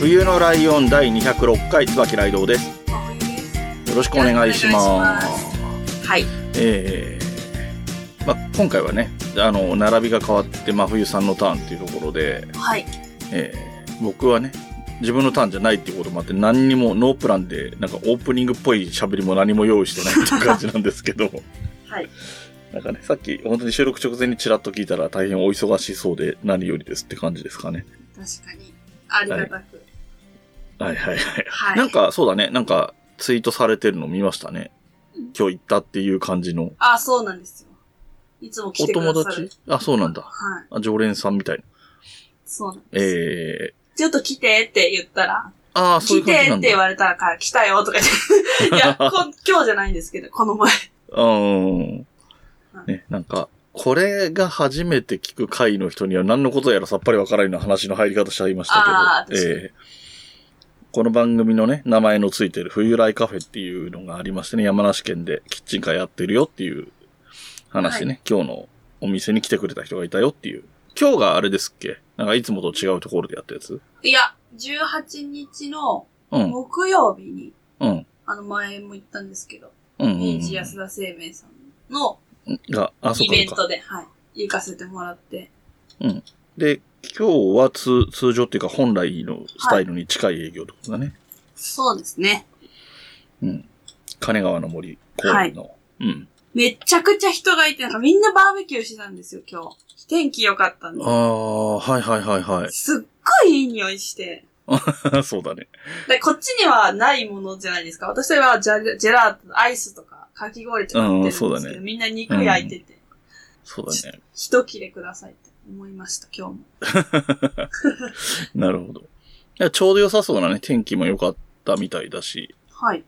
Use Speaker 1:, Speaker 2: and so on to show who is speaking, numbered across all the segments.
Speaker 1: 冬のライオン第206回椿ライドウです。よろしくお願いします。
Speaker 2: はい
Speaker 1: えーまあ、今回はね、あの、並びが変わって真冬さんのターンっていうところで、
Speaker 2: はい
Speaker 1: えー僕はね、自分のターンじゃないっていうこともあって、何にもノープランで、なんかオープニングっぽい喋りも何も用意してないっていう感じなんですけ ど、
Speaker 2: はい
Speaker 1: なんかね、さっき本当に収録直前にちらっと聞いたら大変お忙しそうで何よりですって感じですかね。
Speaker 2: 確かにありがたく
Speaker 1: はいはいはい。
Speaker 2: はい、
Speaker 1: なんかそうだね、なんかツイートされてるの見ましたね。今日行ったっていう感じの。
Speaker 2: あそうなんですよいつも来
Speaker 1: お
Speaker 2: てくださ
Speaker 1: 友
Speaker 2: る
Speaker 1: 達あ、そうなんだ。
Speaker 2: はい
Speaker 1: あ常連さんみたいな。
Speaker 2: そうなんです、
Speaker 1: ええ
Speaker 2: ちょっと来てって言ったら
Speaker 1: ああ、そうい
Speaker 2: 来
Speaker 1: う
Speaker 2: て
Speaker 1: 感じな
Speaker 2: っ
Speaker 1: ん
Speaker 2: て言
Speaker 1: だ。
Speaker 2: われたから来たよとか 言っていやこ今日じゃないんですけどこの前
Speaker 1: うん。ね、なんか、これが初めて聞く回の人には何のことやらさっぱりわからないような話の入り方しちゃいました
Speaker 2: あー
Speaker 1: けど、
Speaker 2: 確かに
Speaker 1: ええこの番組のね、名前のついてる冬来カフェっていうのがありましてね、山梨県でキッチンカーやってるよっていう話でね、今日のお店に来てくれた人がいたよっていう。今日があれですっけなんかいつもと違うところでやったやつ
Speaker 2: いや18日の
Speaker 1: うん、
Speaker 2: 木曜日に、
Speaker 1: うん、
Speaker 2: あの前も言ったんですけど
Speaker 1: うん、うん。
Speaker 2: 明治安田生命さんの
Speaker 1: が、あ、そ
Speaker 2: イ
Speaker 1: うかそ
Speaker 2: ベン
Speaker 1: う
Speaker 2: トで、
Speaker 1: か。
Speaker 2: はい、行かせてもらって。
Speaker 1: で、今日は通通常っていうか本来のスタイルに近い営業ってことだね。
Speaker 2: そうですね。
Speaker 1: うん。金川の森公園の。うん。
Speaker 2: めちゃくちゃ人がいて、なんかみんなバーベキューしてたんですよ、今日。天気良かったんで
Speaker 1: あ。あ、はいはいはいは
Speaker 2: すっごいいい匂いして。
Speaker 1: い。 そうだね。
Speaker 2: で、こっちにはないものじゃないですか。私はジャジェラート、アイスとか、かき氷とか売ってるんですけど、
Speaker 1: うんそうだね
Speaker 2: みんな肉焼いてて、
Speaker 1: そうだね。
Speaker 2: 一切れくださいって思いました、今日も。
Speaker 1: なるほど。いやちょうど良さそうなね、天気も良かったみたいだし、
Speaker 2: はい。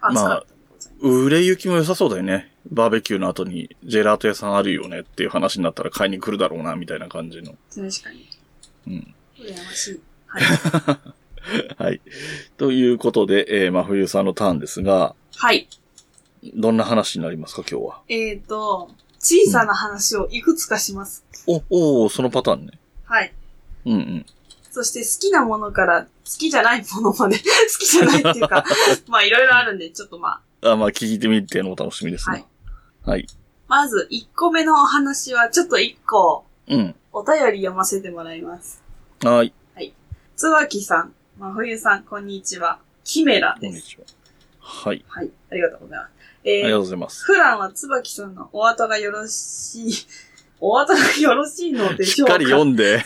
Speaker 2: 暑かったでございます。
Speaker 1: 売れ行きも良さそうだよね。バーベキューの後にジェラート屋さんあるよねっていう話になったら買いに来るだろうな、みたいな感じの。
Speaker 2: 確かに。
Speaker 1: うん。
Speaker 2: 羨ましい。はい。
Speaker 1: はい。ということで、えー、真冬さんのターンですが、
Speaker 2: はい。
Speaker 1: どんな話になりますか、今日は。
Speaker 2: えーと、小さな話をいくつかします。
Speaker 1: お、おーそのパターンね。
Speaker 2: はい。
Speaker 1: うんうん。
Speaker 2: そして好きなものから好きじゃないものまで 好きじゃないっていう か、まあいろいろあるんで、ちょっとま
Speaker 1: あ、まあ、聞いてみてのお楽しみです
Speaker 2: あ、は
Speaker 1: ね
Speaker 2: い。。
Speaker 1: はい。
Speaker 2: まず1個目のお話は、ちょっと1個
Speaker 1: うん。
Speaker 2: お便り読ませてもらいます。
Speaker 1: はい。
Speaker 2: つわきさん、まふゆさん、こんにちは。キメラ
Speaker 1: こん
Speaker 2: で
Speaker 1: に
Speaker 2: す。
Speaker 1: ちは。はい。
Speaker 2: はい。ありがとうございます。え
Speaker 1: ありがと
Speaker 2: ー
Speaker 1: うございます。
Speaker 2: 普段はつばきさんのお後がよろしい、 お後がよろしいのでし
Speaker 1: し
Speaker 2: ょう
Speaker 1: っ
Speaker 2: か
Speaker 1: かり読んで。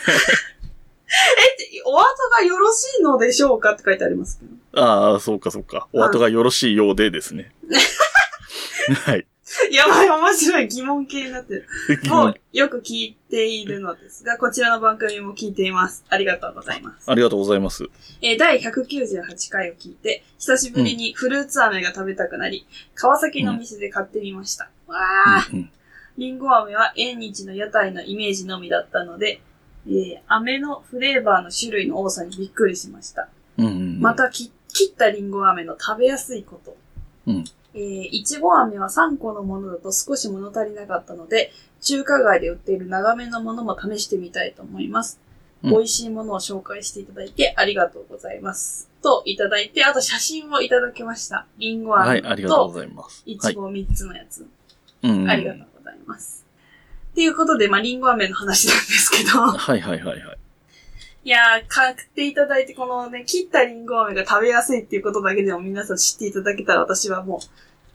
Speaker 2: お後がよろしいのでしょうかって書いてありますけど。
Speaker 1: ああ、そうかそうか。お後がよろしいようでですね。はい。
Speaker 2: やばい、面白い疑問系になってる。
Speaker 1: 疑
Speaker 2: も
Speaker 1: 問
Speaker 2: うよく聞いているのですが、こちらの番組も聞いています。ありがとうございます。
Speaker 1: ありがとうございます。
Speaker 2: えー第198回を聞いて、久しぶりにフルーツ飴が食べたくなり、川崎のお店で買ってみました。わあ、
Speaker 1: うんうん
Speaker 2: りんご飴は縁日の屋台のイメージのみだったので、えー飴のフレーバーの種類の多さにびっくりしました。
Speaker 1: うんうん。
Speaker 2: またき切ったりんご飴の食べやすいこと。
Speaker 1: うん
Speaker 2: えーいちご飴は3個のものだと少し物足りなかったので、中華街で売っている長めのものも試してみたいと思います。
Speaker 1: うん
Speaker 2: 美味しいものを紹介していただいてありがとうございます。と、いただいて、あと写真をいただきました。りんご
Speaker 1: は
Speaker 2: 飴
Speaker 1: い、ありがとう
Speaker 2: と、
Speaker 1: ございます。
Speaker 2: い
Speaker 1: は
Speaker 2: ち
Speaker 1: い。
Speaker 2: ご3つのやつ。
Speaker 1: うんうん
Speaker 2: ありがとうございます。っていうことで、まあ、りんご飴の話なんですけど。
Speaker 1: はいはいはいはい。
Speaker 2: いやー、買っていただいて、このね、切ったりんご飴が食べやすいっていうことだけでも皆さん知っていただけたら私はも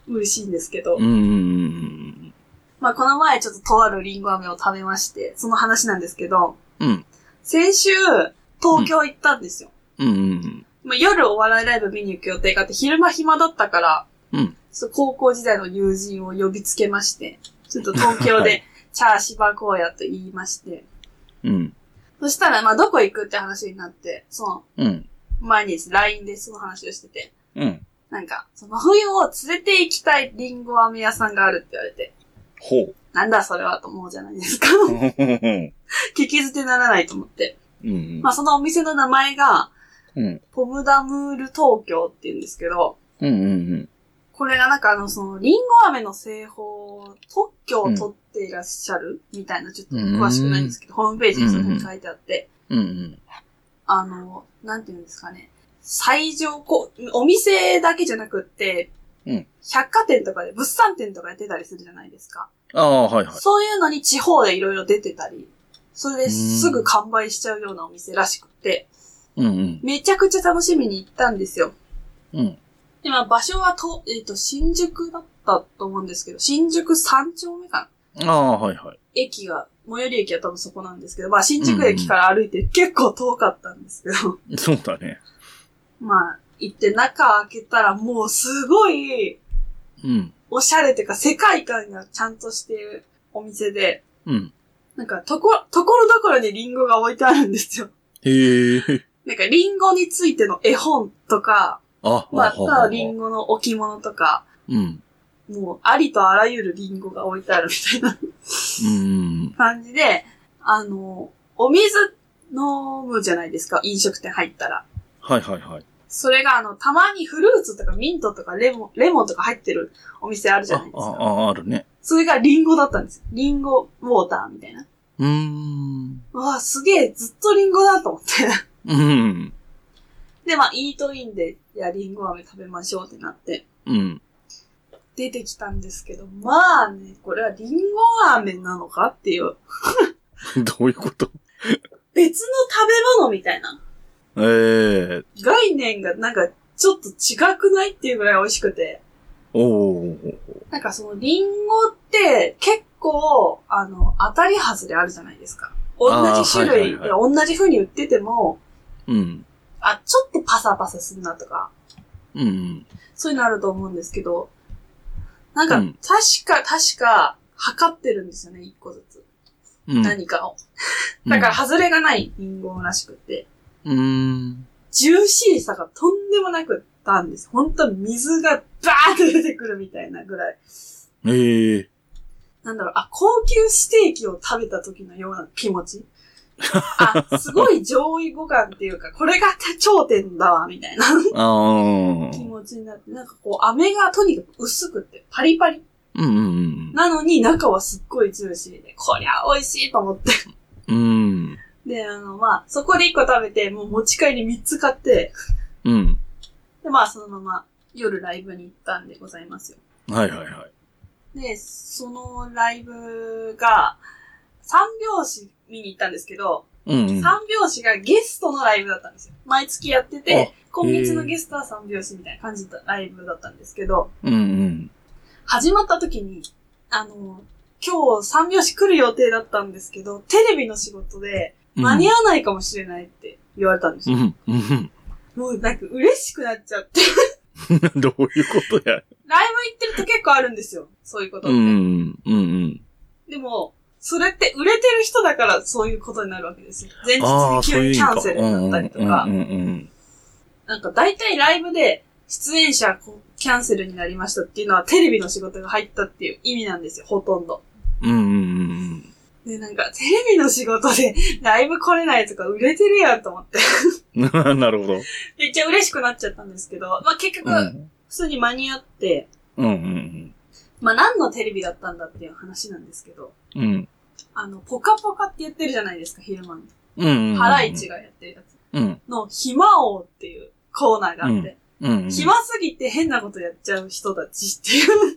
Speaker 2: う嬉しいんですけど、
Speaker 1: うんうんうん
Speaker 2: まあこの前ちょっととあるりんご飴を食べまして、その話なんですけど、
Speaker 1: うん。うん。
Speaker 2: 先週、東京行ったんですよ。
Speaker 1: うんうん
Speaker 2: まあ夜お笑いライブ見に行く予定があって、昼間暇だったから、
Speaker 1: うん
Speaker 2: ちょっと高校時代の友人を呼びつけまして、ちょっと東京
Speaker 1: は
Speaker 2: で、チャーシバーこうやと言いまして、
Speaker 1: うん。
Speaker 2: そしたら、まあ、どこ行くって話になって、その、
Speaker 1: うん。
Speaker 2: 前に LINE でその話をしてて、
Speaker 1: うん。
Speaker 2: なんか、その冬を連れて行きたいリンゴ飴屋さんがあるって言われて、
Speaker 1: ほう。
Speaker 2: なんだそれはと思うじゃないですか。
Speaker 1: うん。
Speaker 2: 聞き捨てならないと思って。
Speaker 1: うん
Speaker 2: まあ、そのお店の名前が、
Speaker 1: うん。
Speaker 2: ポムダムール東京って言うんですけど、
Speaker 1: うん。うん。
Speaker 2: これがなんかあの、その、リンゴ飴の製法、特許を取っていらっしゃるみたいな、ちょっと詳しくないんですけど、ホームページにそこに書いてあって、
Speaker 1: うん。うん。
Speaker 2: あの、なんていうんですかね。最上こうお店だけじゃなくって、
Speaker 1: うん
Speaker 2: 百貨店とかで、物産展とかで出たりするじゃないですか。
Speaker 1: ああ、はいはい。
Speaker 2: そういうのに地方でいろいろ出てたり、それですぐ完売しちゃうようなお店らしくって、
Speaker 1: うん。うん。
Speaker 2: めちゃくちゃ楽しみに行ったんですよ。
Speaker 1: うん。
Speaker 2: で、まあ場所はと、えっ、と、新宿だったと思うんですけど、新宿三丁目かな
Speaker 1: ああ、はいはい。
Speaker 2: 駅が、最寄り駅は多分そこなんですけど、まあ新宿駅から歩いて結構遠かったんですけど、
Speaker 1: そうだね。
Speaker 2: まあ、行って中開けたらもうすごい、
Speaker 1: うん。
Speaker 2: おしゃれてか世界観がちゃんとしてるお店で、
Speaker 1: うん。
Speaker 2: なんかとこ、ところどころにリンゴが置いてあるんですよ。
Speaker 1: へえ。
Speaker 2: なんかリンゴについての絵本とか、
Speaker 1: あ、
Speaker 2: まあ、あ
Speaker 1: あ
Speaker 2: とはリンゴの置物とか、
Speaker 1: うん。
Speaker 2: もうありとあらゆるリンゴが置いてあるみたいな
Speaker 1: うん。
Speaker 2: 感じで、あの、お水飲むじゃないですか、飲食店入ったら。
Speaker 1: はいはいはい。
Speaker 2: それがあの、たまにフルーツとかミントとかレモン、レモンとか入ってるお店あるじゃ
Speaker 1: あ
Speaker 2: ないです、
Speaker 1: あ、
Speaker 2: か。
Speaker 1: ああるね。
Speaker 2: それがリンゴだったんですよ。リンゴウォーターみたいな。
Speaker 1: うーん。
Speaker 2: うわあ、すげえ、ずっとリンゴだと思って。
Speaker 1: うん。
Speaker 2: で、まあ、イートインで、いや、リンゴ飴食べましょうってなって、
Speaker 1: うん。
Speaker 2: 出てきたんですけど、まあね、これはリンゴ飴なのかっていう、
Speaker 1: どういうこと
Speaker 2: 別の食べ物みたいな
Speaker 1: ええ。
Speaker 2: 概念がなんか、ちょっと違くないっていうぐらい美味しくて。
Speaker 1: おお。
Speaker 2: なんかそのリンゴって結構、あの、当たり外れあるじゃないですか。同じ種類
Speaker 1: あーはいは
Speaker 2: で同じ風に売ってても、
Speaker 1: うん。
Speaker 2: あ、ちょっとパサパサするなとか、
Speaker 1: うん。
Speaker 2: そういうのあると思うんですけど、なんか、
Speaker 1: うん
Speaker 2: 確か、確か、測ってるんですよね、一個ずつ。
Speaker 1: うん。
Speaker 2: 何かを。だから、外れがないリンゴらしくて、
Speaker 1: うん。うん。
Speaker 2: ジューシーさがとんでもなくたんです。本当水がバーって出てくるみたいなぐらい。
Speaker 1: ええ。
Speaker 2: なんだろう、あ、高級ステーキを食べた時のような気持ち。あ、すごい上位互換っていうか、これが頂点だわ、みたいな
Speaker 1: ああ。うん
Speaker 2: 気持ちになって、なんかこう、飴がとにかく薄くて、パリパリ
Speaker 1: うんうん。
Speaker 2: なのに中はすっごいジューシーで、こりゃ美味しいと思って。
Speaker 1: うん。
Speaker 2: で、あの、まあ、そこで1個食べて、もう持ち帰り3つ買って、
Speaker 1: うん。
Speaker 2: で、まあ、そのまま夜ライブに行ったんでございますよ。
Speaker 1: はいはいはい。
Speaker 2: で、そのライブが、三拍子見に行ったんですけど、
Speaker 1: うんうん。
Speaker 2: 三拍子がゲストのライブだったんですよ。毎月やってて、今月の
Speaker 1: へー
Speaker 2: ゲストは三拍子みたいな感じのライブだったんですけど、
Speaker 1: うんうん。
Speaker 2: 始まった時に、あの、今日三拍子来る予定だったんですけど、テレビの仕事で間に合わないかもしれないって言われたんです
Speaker 1: う
Speaker 2: よ。
Speaker 1: ん。うん。
Speaker 2: もうなんか嬉しくなっちゃって。
Speaker 1: どういうことや。
Speaker 2: ライブ行ってると結構あるんですよ。そういうことって。
Speaker 1: うん。うんうん。
Speaker 2: でも、それって売れてる人だからそういうことになるわけですよ。前日
Speaker 1: あ
Speaker 2: に
Speaker 1: あ、そう
Speaker 2: 急
Speaker 1: いう
Speaker 2: に
Speaker 1: 意味
Speaker 2: キ
Speaker 1: か
Speaker 2: ャンセルになったりとか
Speaker 1: うん。うんうん
Speaker 2: なんか大体ライブで出演者こうキャンセルになりましたっていうのはテレビの仕事が入ったっていう意味なんですよ、ほとんど。
Speaker 1: うん。うんうんうん
Speaker 2: で、なんか、テレビの仕事でライブ来れないとか売れてるやんと思って。
Speaker 1: うん。なるほど。
Speaker 2: めっちゃ嬉しくなっちゃったんですけど、まあ結局、
Speaker 1: う
Speaker 2: 普
Speaker 1: ん。
Speaker 2: 通に間に合って、
Speaker 1: うんうん
Speaker 2: まあ何のテレビだったんだっていう話なんですけど、
Speaker 1: うん。うん。
Speaker 2: あの、ポカポカって言ってるじゃないですか、昼間に。
Speaker 1: うん。
Speaker 2: ハライチ。がやってるやつ
Speaker 1: うん。
Speaker 2: の、暇王っていうコーナーがあって、
Speaker 1: うんうん。
Speaker 2: 暇すぎて変なことやっちゃう人たちって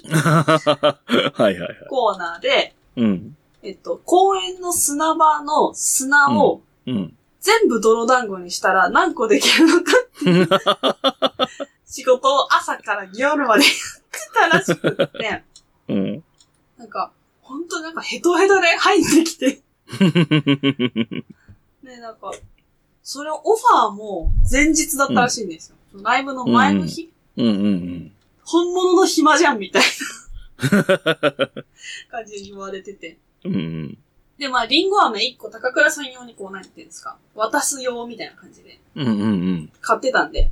Speaker 2: いう
Speaker 1: はいはいはい。
Speaker 2: コーナーで、
Speaker 1: うん。
Speaker 2: えっと、公園の砂場の砂を
Speaker 1: うん。
Speaker 2: 全部泥団子にしたら何個できるのか仕事を朝から夜までやってたらしくって、
Speaker 1: うん。
Speaker 2: なんか、ほんとなんかヘトヘトで入ってきて、ね、なんか、それをオファーも前日だったらしいんですよ。ライブの前の日、
Speaker 1: うんうん
Speaker 2: 本物の 暇じゃんみたいな感じで言われてて。
Speaker 1: うん。うん。
Speaker 2: で、で、まあ、リンゴ飴1個高倉さん用にこう、なんていうんですか。渡す用みたいな感じで
Speaker 1: うんうん
Speaker 2: 買ってたんで、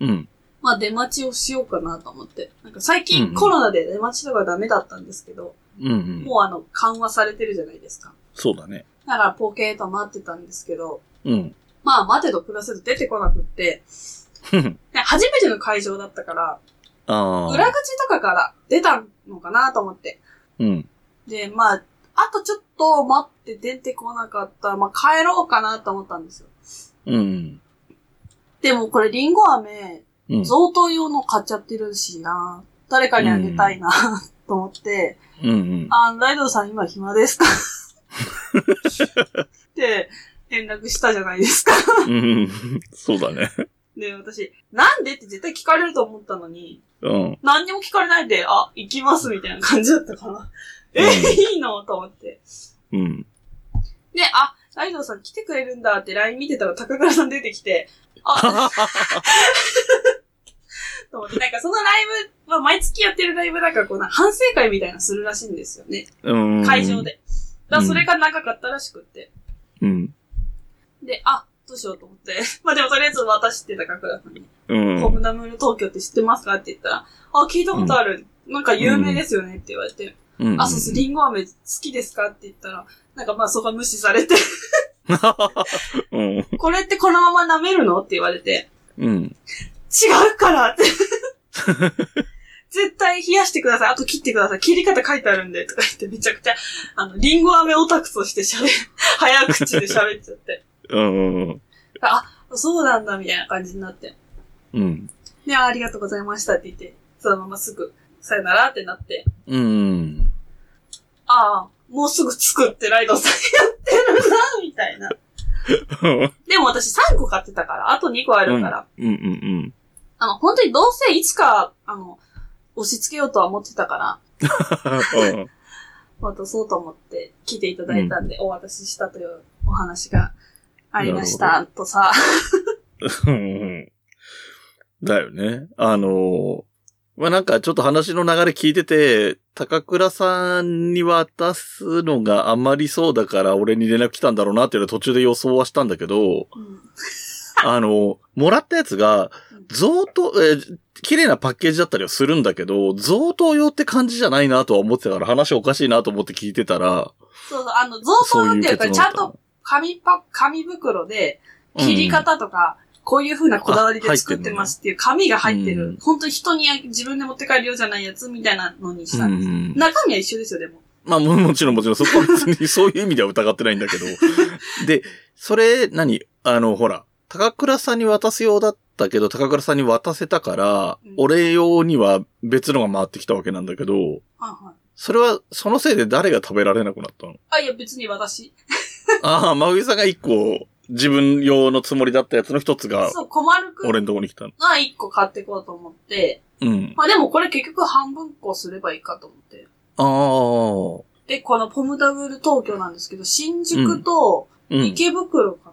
Speaker 1: うん。うん。
Speaker 2: まあ、出待ちをしようかなと思って。なんか最
Speaker 1: うんう
Speaker 2: 近
Speaker 1: ん
Speaker 2: コロナで出待ちとかダメだったんですけど、
Speaker 1: うんうん。
Speaker 2: もうあの、緩和されてるじゃないですか。
Speaker 1: そうだね。
Speaker 2: だからポケーと待ってたんですけど、
Speaker 1: うん。
Speaker 2: まあ、待てど暮らせど出てこなく って、
Speaker 1: ふふ
Speaker 2: で初めての会場だったから、
Speaker 1: ああ。
Speaker 2: 裏口とかから出たのかなと思って。
Speaker 1: うん。
Speaker 2: で、まあ、あとちょっと待って出てこなかったら、まあ帰ろうかなと思ったんですよ。
Speaker 1: うん。
Speaker 2: でもこれリンゴ飴、
Speaker 1: うん。
Speaker 2: 贈答用の買っちゃってるしな誰かにあげたいなと思って、
Speaker 1: うんうん。
Speaker 2: あ、ライドさん今暇です かって連絡したじゃないですか。
Speaker 1: うん。そうだね。
Speaker 2: で、私、なんでって絶対聞かれると思ったのに、
Speaker 1: うん。
Speaker 2: 何にも聞かれないで、あ、行きますみたいな感じだったから、え、いいのと思って。
Speaker 1: うん。
Speaker 2: で、あ、ライドウさん来てくれるんだって LINE 見てたら高倉さん出てきて、 あ、と思って、なんかそのライブ、まあ、毎月やってるライブなんかこうな、反省会みたいなのするらしいんですよね。
Speaker 1: うん。
Speaker 2: 会場。で。だからそれが長かったらしくって。
Speaker 1: うん。
Speaker 2: で、あ、どうしようと思って。 まあでもとりあえず私って高倉さんに、
Speaker 1: うん。
Speaker 2: コムダムル東京って知ってますかって言ったら、あ、聞いたことある。なんか有名ですよねって言われて、
Speaker 1: うん。
Speaker 2: あ、そうそう、リンゴ飴好きですかって言ったら、なんかまあそこは無視されて、
Speaker 1: うん。
Speaker 2: これってこのまま舐めるのって言われて、
Speaker 1: うん。
Speaker 2: 違うからって。絶対冷やしてください。あと切ってください。切り方書いてあるんで。とか言ってめちゃくちゃ、あの、リンゴ飴オタクとして喋、早口で喋っちゃって。
Speaker 1: うん。
Speaker 2: そうなんだ、みたいな感じになって。
Speaker 1: うん。
Speaker 2: で、あありがとうございましたって言って、そのまますぐ、さよならってなって、
Speaker 1: うん。
Speaker 2: ああ、もうすぐ着くってライドさんやってるな、みたいな。でも私3個買ってたから、あと2個あるから、
Speaker 1: うんうん
Speaker 2: あの、本当にどうせいつか、あの、押し付けようとは思ってたから、
Speaker 1: うん。
Speaker 2: 渡そうと思って来ていただいたんで、お渡ししたというお話がありまし
Speaker 1: な
Speaker 2: たとさ。
Speaker 1: うんだよね。あのーまあ、なんかちょっと話の流れ聞いてて、高倉さんに渡すのがあまりそうだから俺に連絡来たんだろうなっていうのは途中で予想はしたんだけど、
Speaker 2: うん
Speaker 1: あの、もらったやつが
Speaker 2: うん、
Speaker 1: 贈答、えー綺麗なパッケージだったりはするんだけど、贈答用って感じじゃないなとは思ってたから、話おかしいなと思って聞いてたら、
Speaker 2: そうそう、あの、贈
Speaker 1: そ
Speaker 2: 答
Speaker 1: う
Speaker 2: 用
Speaker 1: い
Speaker 2: っ
Speaker 1: う
Speaker 2: ていう
Speaker 1: 結
Speaker 2: か、
Speaker 1: 論
Speaker 2: ち
Speaker 1: だ
Speaker 2: ゃ
Speaker 1: っ
Speaker 2: ん
Speaker 1: たの
Speaker 2: と紙パ、紙袋で、切り方とか、こういう風なこだわりで作ってますっていう紙が入って
Speaker 1: う
Speaker 2: る
Speaker 1: ん。
Speaker 2: 本当に人に自分で持って帰るようじゃないやつみたいなのにし
Speaker 1: う
Speaker 2: た。
Speaker 1: んうん
Speaker 2: 中身は一緒ですよ、でも。
Speaker 1: まあも、 もちろんもちろん、そこは別にそういう意味では疑ってないんだけど。で、それ、何あの、ほら、高倉さんに渡すようだったけど、高倉さんに渡せたから
Speaker 2: うん、
Speaker 1: 俺用には別のが回ってきたわけなんだけど、
Speaker 2: はいはい。
Speaker 1: それは、そのせいで誰が食べられなくなったの
Speaker 2: あ、いや、別に私。
Speaker 1: ああ、まぐいさんが一個、自分用のつもりだったやつの一つが、
Speaker 2: そう、小丸くん
Speaker 1: 俺のとこに来たの。
Speaker 2: が一個買ってこうと思って、
Speaker 1: うん。
Speaker 2: まあでもこれ結局半分こすればいいかと思って。
Speaker 1: ああ。
Speaker 2: で、このポムダブル東京なんですけど、新宿と
Speaker 1: うん。
Speaker 2: 池袋かな、
Speaker 1: う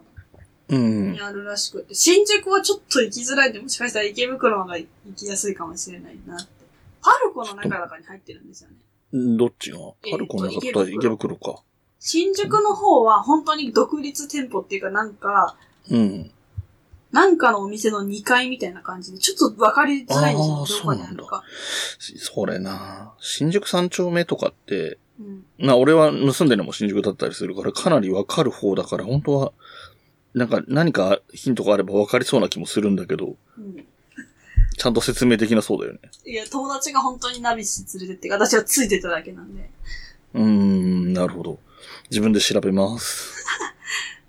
Speaker 1: ん
Speaker 2: に。あるらしくて、新宿はちょっと行きづらいんで、もしかしたら池袋の方が行きやすいかもしれないなって。パルコの中だかに入ってるんですよね。
Speaker 1: どっちがパルコなかっ
Speaker 2: えー
Speaker 1: た
Speaker 2: と
Speaker 1: 池
Speaker 2: 池
Speaker 1: 袋か。
Speaker 2: 新宿の方は本当に独立店舗っていうかなんか、
Speaker 1: うん。
Speaker 2: なんかのお店の2階みたいな感じで、ちょっと分かりづらいんです
Speaker 1: あー
Speaker 2: よ。どこにあるか。
Speaker 1: しそれな新宿三丁目とかって、
Speaker 2: うん。
Speaker 1: な、俺は盗んでるのも新宿だったりするから、かなりわかる方だから、本当は、なんか、何かヒントがあればわかりそうな気もするんだけど、
Speaker 2: うん。
Speaker 1: ちゃんと説明できなそうだよね。
Speaker 2: いや、友達が本当にナビして連れてって、私はついてただけなんで。
Speaker 1: うーん、なるほど。自分で調べます。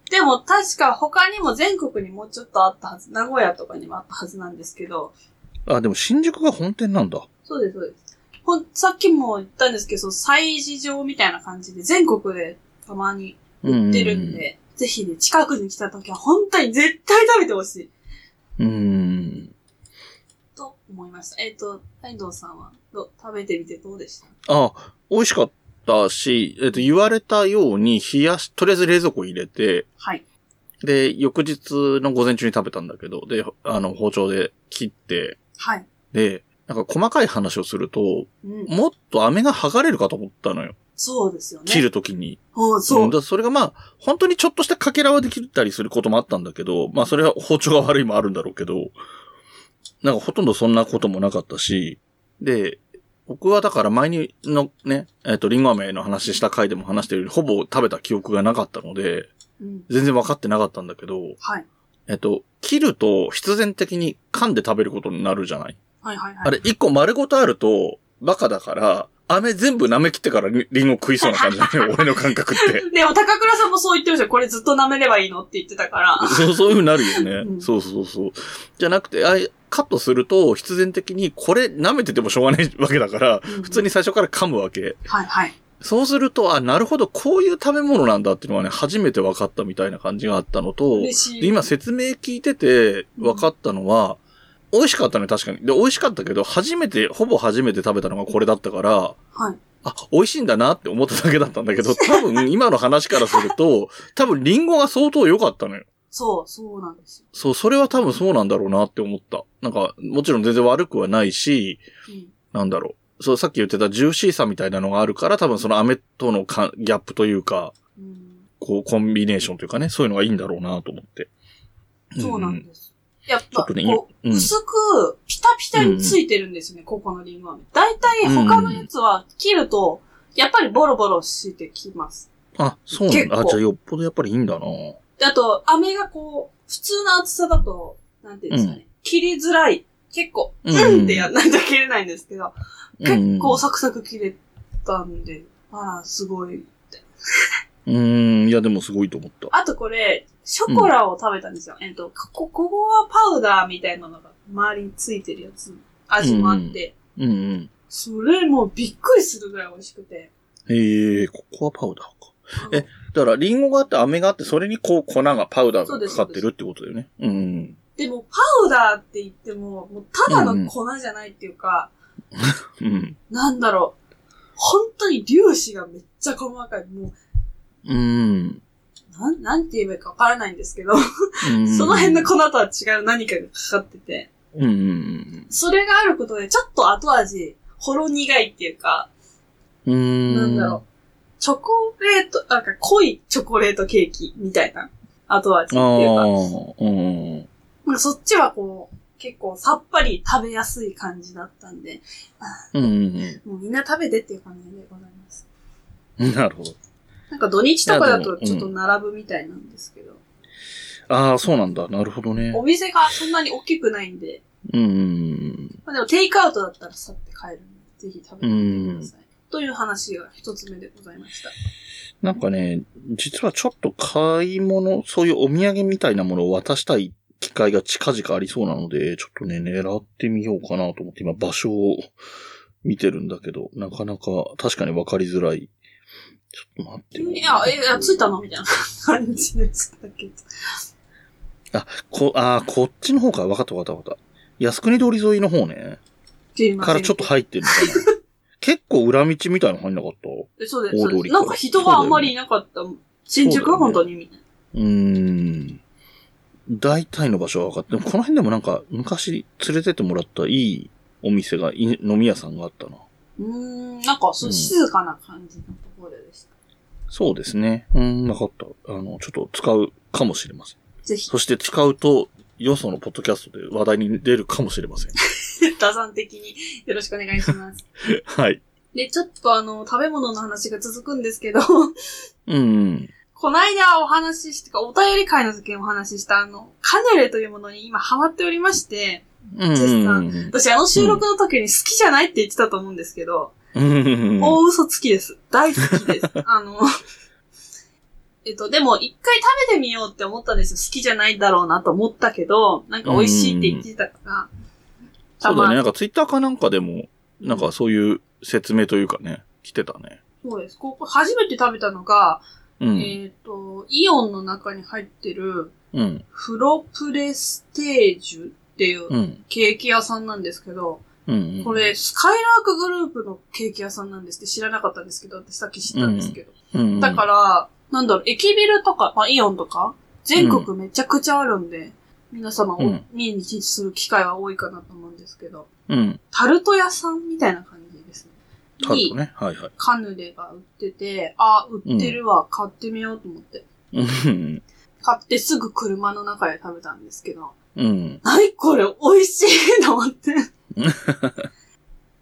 Speaker 2: でも確か他にも全国にもうちょっとあったはず、名古屋とかにもあったはずなんですけど、
Speaker 1: あ、でも新宿が本店なんだ。
Speaker 2: そうです、そうです。ほん、さっきも言ったんですけど、催事場みたいな感じで全国でたまに
Speaker 1: 売
Speaker 2: 出るん。で、ぜひね、近くに来た時は本当に絶対食べてほしい
Speaker 1: うーん。
Speaker 2: と思いました。えっ、と、タイドーさんはど食べてみてどうでした
Speaker 1: あ、美味しかったし、えっと、言われたように冷やし、とりあえず冷蔵庫入れて、
Speaker 2: はい。
Speaker 1: で、翌日の午前中に食べたんだけど、で、あの、包丁で切って、
Speaker 2: はい。
Speaker 1: で、なんか細かい話をすると、
Speaker 2: うん。
Speaker 1: もっと飴が剥がれるかと思ったのよ。
Speaker 2: そうですよね。
Speaker 1: 切るときに。。
Speaker 2: うん、そううん
Speaker 1: だ。からそれがまあ、本当にちょっとしたかけらはできたりすることもあったんだけど、まあそれは包丁が悪いもあるんだろうけど、なんかほとんどそんなこともなかったし、で、僕はだから前にのね、えっ、と、リンゴ飴の話した回でも話してるように、ほぼ食べた記憶がなかったので、
Speaker 2: うん。
Speaker 1: 全然分かってなかったんだけど、
Speaker 2: はい。
Speaker 1: えっ、と、切ると必然的に噛んで食べることになるじゃない
Speaker 2: はいはいはい。
Speaker 1: あれ、一個丸ごとあると、バカだから、飴全部舐め切ってからリリンゴ食いそうな感じだね、俺の感覚って。
Speaker 2: でも高倉さんもそう言ってるじゃん。これずっと舐めればいいのって言ってたから。
Speaker 1: そう、そういう風になるよ
Speaker 2: う
Speaker 1: ね。
Speaker 2: ん
Speaker 1: そうそうそう。じゃなくて、あカットすると、必然的にこれ舐めててもしょうがないわけだから、
Speaker 2: 普
Speaker 1: 普通。に最初から噛むわけ。
Speaker 2: はいはい。
Speaker 1: そうすると、あ、なるほど、こういう食べ物なんだっていうのはね、初めて分かったみたいな感じがあったのと、
Speaker 2: 嬉しい。
Speaker 1: で、今説明聞いてて分かったのは、美味しかったね、確かに。で、美味しかったけど、初めて、ほぼ初めて食べたのがこれだったから、
Speaker 2: はい。
Speaker 1: あ、美味しいんだなって思っただけだったんだけど、多分今の話からすると、多分リンゴが相当良かったのよ。
Speaker 2: そう、そうなんですよ。
Speaker 1: そう、それは多分そうなんだろうなって思った。なんか、もちろん全然悪くはないし、
Speaker 2: うん。
Speaker 1: なんだろう。そう、さっき言ってたジューシーさみたいなのがあるから、多分その飴とのかギャップというか、
Speaker 2: うん
Speaker 1: こう、コンビネーションというかね、そういうのがいいんだろうなと思って。
Speaker 2: そうなんです。やっ
Speaker 1: ちょ
Speaker 2: ぱ、
Speaker 1: っとね、今
Speaker 2: こ
Speaker 1: う
Speaker 2: う、
Speaker 1: ん。
Speaker 2: 薄く、ピタピタについてるんですよね、ここのリンゴ飴。だいたい他のやつは切ると、やっぱりボロボロしてきます。
Speaker 1: あ、そうなんだ。あ、
Speaker 2: 結構
Speaker 1: じゃあよっぽどやっぱりいいんだな
Speaker 2: であと、飴がこう、普通の厚さだと、なんていうんですかね、切りづらい。結構、
Speaker 1: う
Speaker 2: うんんってやんないと切れないんですけど、結構
Speaker 1: さ。
Speaker 2: サクサク切れたんで、あら、すごい。
Speaker 1: うんうん、いやでもすごいと思った。
Speaker 2: あとこれ、ショコラを食べたんですよ。えっと、こここはパウダーみたいなのが周りについてるやつ、味もあって、
Speaker 1: うんうん。
Speaker 2: それもうびっくりするぐらい美味しくて。
Speaker 1: ええここはパウダーか。え
Speaker 2: うん
Speaker 1: だから、リンゴがあって、飴があって、それにこう、粉が、パウダー
Speaker 2: そう
Speaker 1: が
Speaker 2: です
Speaker 1: かかってるってことだよね。うん。
Speaker 2: でも、パウダーって言っても、もうただの粉じゃないっていうか、
Speaker 1: うん。
Speaker 2: なんだろう。本当に粒子がめっちゃ細かい。も
Speaker 1: うん。
Speaker 2: う、なん、なんて言えばいいかわからないんですけど、
Speaker 1: うん
Speaker 2: その辺の粉とは違う何かがかかってて、
Speaker 1: うんうん
Speaker 2: それがあることで、ちょっと後味、ほろ苦いっていうか、
Speaker 1: うん。うん。
Speaker 2: なんだろチョコレート、なんか濃いチョコレートケーキみたいな後味っていうか
Speaker 1: あ、あ。うん。
Speaker 2: まあ、そっちはこう、結構さっぱり食べやすい感じだったんで、
Speaker 1: うん。
Speaker 2: もうみんな食べてっていう感じでございます。
Speaker 1: うん。なるほど。
Speaker 2: なんか土日とかだと
Speaker 1: いやでも
Speaker 2: ちょっと並ぶみたいなんですけど、
Speaker 1: ああ、そうなんだ。なるほどね。
Speaker 2: お店がそんなに大きくないんで、
Speaker 1: うんうん
Speaker 2: まあ、でもテイクアウトだったらさって帰るんで、ぜひ食べてみてください。という話が一つ目でございました。
Speaker 1: なんかね、実はちょっと買い物、そういうお土産みたいなものを渡したい機会が近々ありそうなので、ちょっとね、狙ってみようかなと思って、今場所を見てるんだけど、なかなか確かに分かりづらい。ちょっと待って
Speaker 2: 急
Speaker 1: よ。
Speaker 2: に、あ、え、あついたのみたいな感じでしたけど。
Speaker 1: こ、あー、こっちの方か。分かった分かった分かった。靖国通り沿いの方ね。
Speaker 2: 出ませ
Speaker 1: か
Speaker 2: ん
Speaker 1: らちょっと入ってるみたいな。 結構裏道みたいなの入んなかった
Speaker 2: えそうです、
Speaker 1: 大
Speaker 2: そ
Speaker 1: 通り
Speaker 2: うです。なんか人があんまりいなかった。新宿は本当にみたいな。
Speaker 1: うーん。大体の場所は分かって、でもこの辺でもなんか昔連れてってもらったいいお店が、い飲み屋さんがあったな。
Speaker 2: うーん、なんかそう静かな感じのところでした。
Speaker 1: そうですね。うーん、なかった。あの、ちょっと使うかもしれません。
Speaker 2: ぜひ、
Speaker 1: そして使うと、よそのポッドキャストで話題に出るかもしれません。
Speaker 2: 打算的によろしくお願いし ます。
Speaker 1: はい。
Speaker 2: で、ちょっとあの、食べ物の話が続くんですけど、
Speaker 1: うん。
Speaker 2: こないだお話しして、お便り会の時にお話ししたあの、カヌレというものに今ハマっておりまして、
Speaker 1: うん。
Speaker 2: 絶
Speaker 1: う
Speaker 2: 賛
Speaker 1: ん
Speaker 2: 私あの収録の時に好きじゃないって言ってたと思うんですけど、
Speaker 1: うん。
Speaker 2: 大嘘つきです。大好き です。あの、えっと、でも一回食べてみようって思ったんですよ。好きじゃないだろうなと思ったけど、なんか美味しいって言ってたから、
Speaker 1: そうだね。な
Speaker 2: ま
Speaker 1: んかツイッターかなんかでも、なんかそういう説明というかね、来てたね。
Speaker 2: そうです。ここ初めて食べたのが、
Speaker 1: うん。
Speaker 2: えっ、と、イオンの中に入ってる、
Speaker 1: うん。。
Speaker 2: フロプレステージュっていううんケーキ屋さんなんですけど、
Speaker 1: うん。
Speaker 2: これ、スカイラークグループのケーキ屋さんなんですって知らなかったんですけど、私さっき知ったんですけど。
Speaker 1: うん、
Speaker 2: だから、なんだろう、駅ビルとか、まあ、イオンとか、全国めちゃくちゃあるんで、皆様
Speaker 1: う
Speaker 2: を
Speaker 1: ん
Speaker 2: 見にする機会は多いかなと思うんですけど、
Speaker 1: うん。
Speaker 2: タルト屋さんみたいな感じですね。
Speaker 1: タルトね。はいはい。
Speaker 2: カヌレが売ってて、あ、売ってるわ、買ってみようと思って。
Speaker 1: うん。
Speaker 2: 買ってすぐ車の中で食べたんですけど、
Speaker 1: うん。
Speaker 2: なにこれ美味しいと思 って。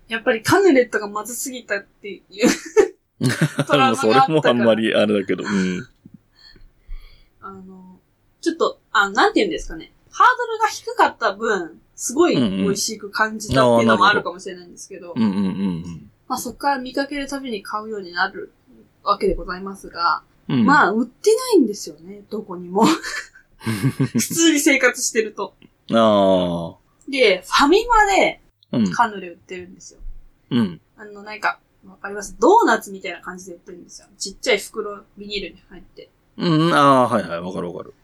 Speaker 2: やっぱりカヌレットがまずすぎたっていう トラウマがあったから。
Speaker 1: それもあんまりあれだけど。うん。
Speaker 2: あの、ちょっと、あなんて言うんですかね。ハードルが低かった分、すごい美味しく感じたっていうのもあるかもしれないんですけど、
Speaker 1: うんうんうん
Speaker 2: まあそこから見かけるたびに買うようになるわけでございますが、
Speaker 1: うん。うん。
Speaker 2: ま
Speaker 1: あ。
Speaker 2: あ売ってないんですよね、どこ にも。普通に生活してると。
Speaker 1: ああ。
Speaker 2: で、ファミマで
Speaker 1: うん。
Speaker 2: カヌレ売ってるんですよ。
Speaker 1: うん。
Speaker 2: あの、なんか、わかりますドーナツみたいな感じで売ってるんですよ。ちっちゃい袋、ビニールに入って。
Speaker 1: うん。ああ、はいはい。わかるわかる。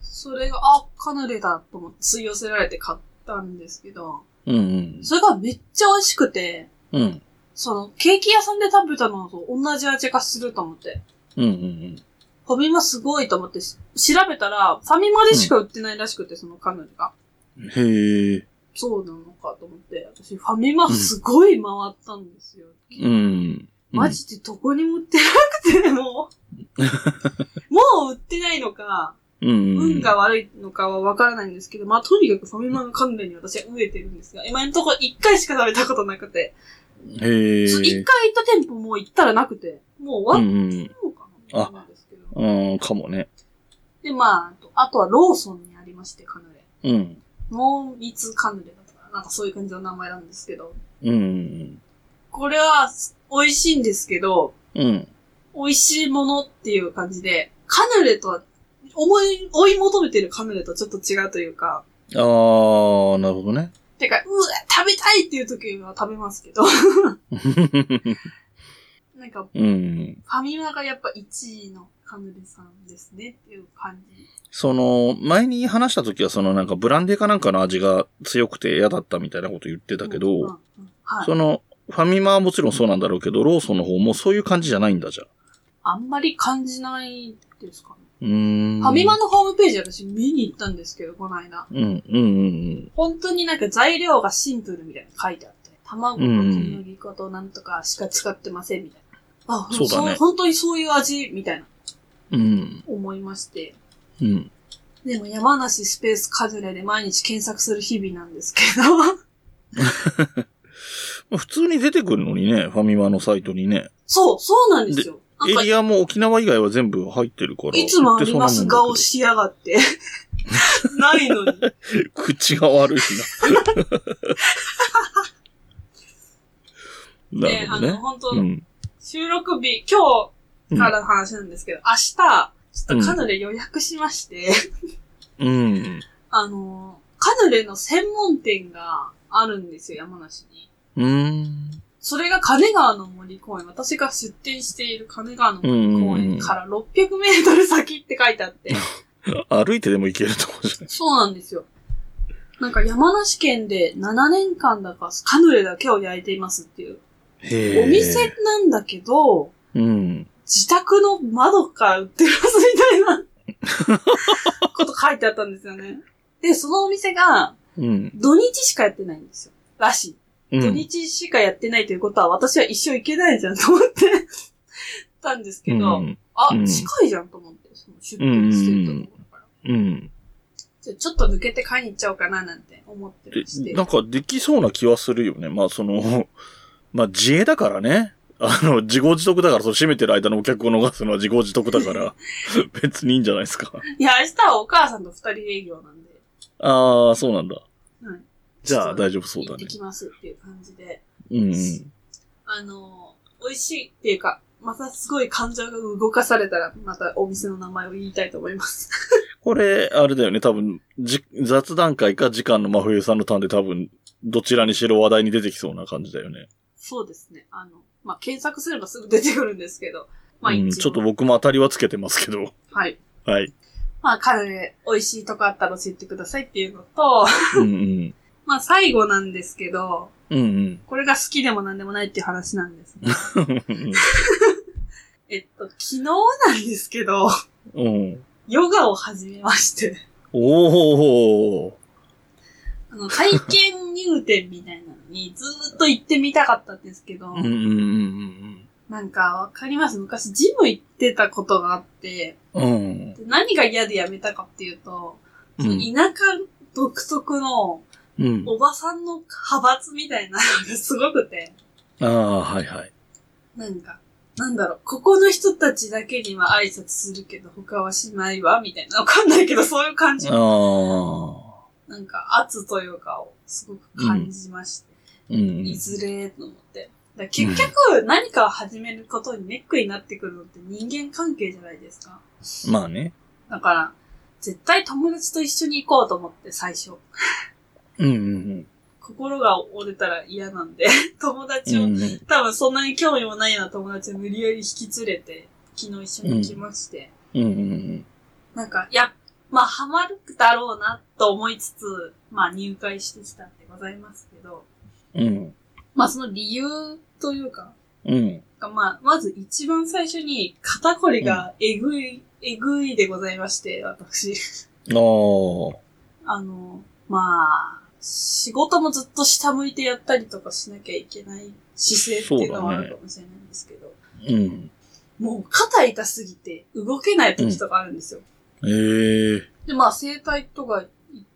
Speaker 2: それが、あ、カヌレだと思って吸い寄せられて買ったんですけど、
Speaker 1: うん
Speaker 2: それがめっちゃ美味しくて、
Speaker 1: うん。うん。
Speaker 2: その、ケーキ屋さんで食べたのと同じ味がすると思って。
Speaker 1: うんうん
Speaker 2: ファミマすごいと思ってし調べたら、ファミマでしか売ってないらしくて、そのカヌレが。
Speaker 1: うん。へえ。
Speaker 2: そうなのかと思って、私ファミマすごい回ったんですよ。
Speaker 1: うん。
Speaker 2: マジでどこにも売ってなくて、も う。もう売ってないのか、
Speaker 1: うん。うん。
Speaker 2: 運が悪いのかはわからないんですけど、まあとにかくファミマのカヌレに私は飢えてるんですが、今のところ1回しか食べたことなくて、
Speaker 1: へえ。
Speaker 2: 1回行った店舗もう行ったらなくて、もう終わっ
Speaker 1: うん
Speaker 2: てるのかな、なんですけど。
Speaker 1: うん。うん、かもね。
Speaker 2: で、まああと、あとはローソンにありまして、カヌレ。
Speaker 1: うん。
Speaker 2: 濃密カヌレだったかな。なんかそういう感じの名前なんですけど。
Speaker 1: うん。
Speaker 2: これは美味しいんですけど、
Speaker 1: うん。
Speaker 2: 美味しいものっていう感じで、カヌレとは、思い、追い求めてるカヌレとちょっと違うというか、
Speaker 1: あー、なるほどね。
Speaker 2: てか、うわ、食べたいっていう時は食べます けど、なんか、
Speaker 1: うん。
Speaker 2: ファミマがやっぱ1位のカヌレさんですねっていう感じ。
Speaker 1: その、前に話した時は、そのなんかブランデーかなんかの味が強くて嫌だったみたいなこと言ってたけ
Speaker 2: うんうん
Speaker 1: ど、
Speaker 2: うんはい。
Speaker 1: その、ファミマはもちろんそうなんだろうけど、ローソンの方もそういう感じじゃないんだじゃん。
Speaker 2: あんまり感じないですかね。
Speaker 1: うーん。
Speaker 2: ファミマのホームページ私見に行ったんですけど、この間。
Speaker 1: うん、うん、うん、
Speaker 2: 本当になんか材料がシンプルみたいなの書いてあって、卵と小麦粉となんとかしか使ってませんみたいな。あ、
Speaker 1: そうだね
Speaker 2: 本当にそういう味みたいな
Speaker 1: うん。うん、
Speaker 2: 思いまして。
Speaker 1: うん。
Speaker 2: でも山梨スペースカヌレで毎日検索する日々なんですけど。
Speaker 1: まあ普通に出てくるのにね、ファミマのサイトにね。
Speaker 2: そう、そうなんですよ。なん
Speaker 1: エ
Speaker 2: か、
Speaker 1: リアも沖縄以外は全部入ってるから。
Speaker 2: いつもあります
Speaker 1: 顔
Speaker 2: 顔しやがって。 ない のに。
Speaker 1: 口が悪い な。 な
Speaker 2: で、
Speaker 1: る
Speaker 2: あ
Speaker 1: ほ
Speaker 2: の、
Speaker 1: どね。
Speaker 2: 本当、
Speaker 1: うん。
Speaker 2: 収録日、今日からの話なんですけど、明日、ちょっとカヌレ予約しまして、
Speaker 1: うん。
Speaker 2: あの、カヌレの専門店があるんですよ、山梨に。
Speaker 1: うん。
Speaker 2: それが金川の森公園。私が出店している金川の森公園から600メートル先って書いてあって。
Speaker 1: 歩いてでも行けるとこじゃない。
Speaker 2: そうなんですよ。なんか山梨県で7年間だかカヌレだけを焼いていますっていう。
Speaker 1: へ
Speaker 2: お店なんだけど、
Speaker 1: うん。
Speaker 2: 自宅の窓から売ってますみたいなこと書いてあったんですよね。で、そのお店が
Speaker 1: うん。
Speaker 2: 土日しかやってないんですよ。らしい。
Speaker 1: う
Speaker 2: 土
Speaker 1: ん。
Speaker 2: 日しかやってないということは、私は一生行けないじゃんと思って、たんですけど、
Speaker 1: うん。
Speaker 2: あ、
Speaker 1: うん
Speaker 2: 近いじゃんと思って、その出店してるところから。
Speaker 1: うん。
Speaker 2: じゃあちょっと抜けて買いに行っちゃおうかななんて思ってまして
Speaker 1: で、。なんかできそうな気はするよね。まあその、 まあ自衛だからね。あの、自業自得だから、その閉めてる間のお客を逃すのは自業自得 だから、別にいいんじゃないですか。
Speaker 2: いや、明日はお母さんと二人営業なんで、
Speaker 1: ああ、そうなんだ。
Speaker 2: はい。
Speaker 1: じゃ
Speaker 2: ちょ
Speaker 1: あ
Speaker 2: っと
Speaker 1: 大丈夫そう
Speaker 2: 行
Speaker 1: だ
Speaker 2: って
Speaker 1: ね。
Speaker 2: きますっていう感じで。
Speaker 1: うん。
Speaker 2: あの、美味しいっていうか、またすごい感情が動かされたら、またお店の名前を言いたいと思います。
Speaker 1: これ、あれだよね、多分、じ、雑談会か時間の真冬さんのターンで多分、どちらにしろ話題に出てきそうな感じだよね。
Speaker 2: そうですね。あの、まあ、検索すればすぐ出てくるんですけど、まあ、一応、
Speaker 1: うん、ちょっと僕も当たりはつけてますけど。
Speaker 2: はい。
Speaker 1: はい。
Speaker 2: まあ、カヌレ、美味しいとこあったら教えてくださいっていうのと、
Speaker 1: うんうん。
Speaker 2: まあ、最後なんですけど、
Speaker 1: うん
Speaker 2: これが好きでもなんでもないっていう話なんです が。
Speaker 1: うん。
Speaker 2: えっと、昨日なんですけど、
Speaker 1: うん。
Speaker 2: ヨガを始めまして、
Speaker 1: おー。
Speaker 2: あの、体験入店みたいなのにずーっと行ってみたかったんですけど、
Speaker 1: うんうんうんうん
Speaker 2: なんかわかります昔ジム行ってたことがあって、
Speaker 1: うん。うん。
Speaker 2: で何が嫌で辞めたかっていうと、
Speaker 1: う
Speaker 2: その
Speaker 1: ん
Speaker 2: 田舎独特の
Speaker 1: うん。
Speaker 2: おばさんの派閥みたいなのが すごくて、
Speaker 1: ああ、はいはい。
Speaker 2: なんか、なんだろう、ここの人たちだけには挨拶するけど他はしないわ、みたいな。わかんないけど、そういう感じ。
Speaker 1: ああ。
Speaker 2: なんか圧というかをすごく感じまして、
Speaker 1: うん。
Speaker 2: いずれと思って。だから結局、何かを始めることにネックになってくるのって人間関係じゃないですか。
Speaker 1: まあね。
Speaker 2: だから、絶対友達と一緒に行こうと思って、最初。
Speaker 1: うんうん
Speaker 2: 心が折れたら嫌なんで、 友
Speaker 1: うん。
Speaker 2: 達
Speaker 1: う
Speaker 2: を、
Speaker 1: んうん
Speaker 2: 多分そんなに興味もないような友達を無理やり引き連れて、昨日一緒に来まして、
Speaker 1: うんうん
Speaker 2: なんか、いや、まあ、ハマるだろうなと思いつつ、まあ、入会してきたんでございますけど、
Speaker 1: うん。うん。
Speaker 2: まあ、その理由というか、
Speaker 1: うん。
Speaker 2: まあ、まず一番最初に肩こりがえぐい、えぐいでございまして、私。
Speaker 1: ああ。
Speaker 2: あの、まあ、仕事もずっと下向いてやったりとかしなきゃいけない姿勢っていうのはあ
Speaker 1: そうだね
Speaker 2: るかもしれないんですけど、
Speaker 1: うん。
Speaker 2: もう肩痛すぎて動けない時とかあるんですよ。
Speaker 1: ええ。
Speaker 2: で、まあ整体とか行っ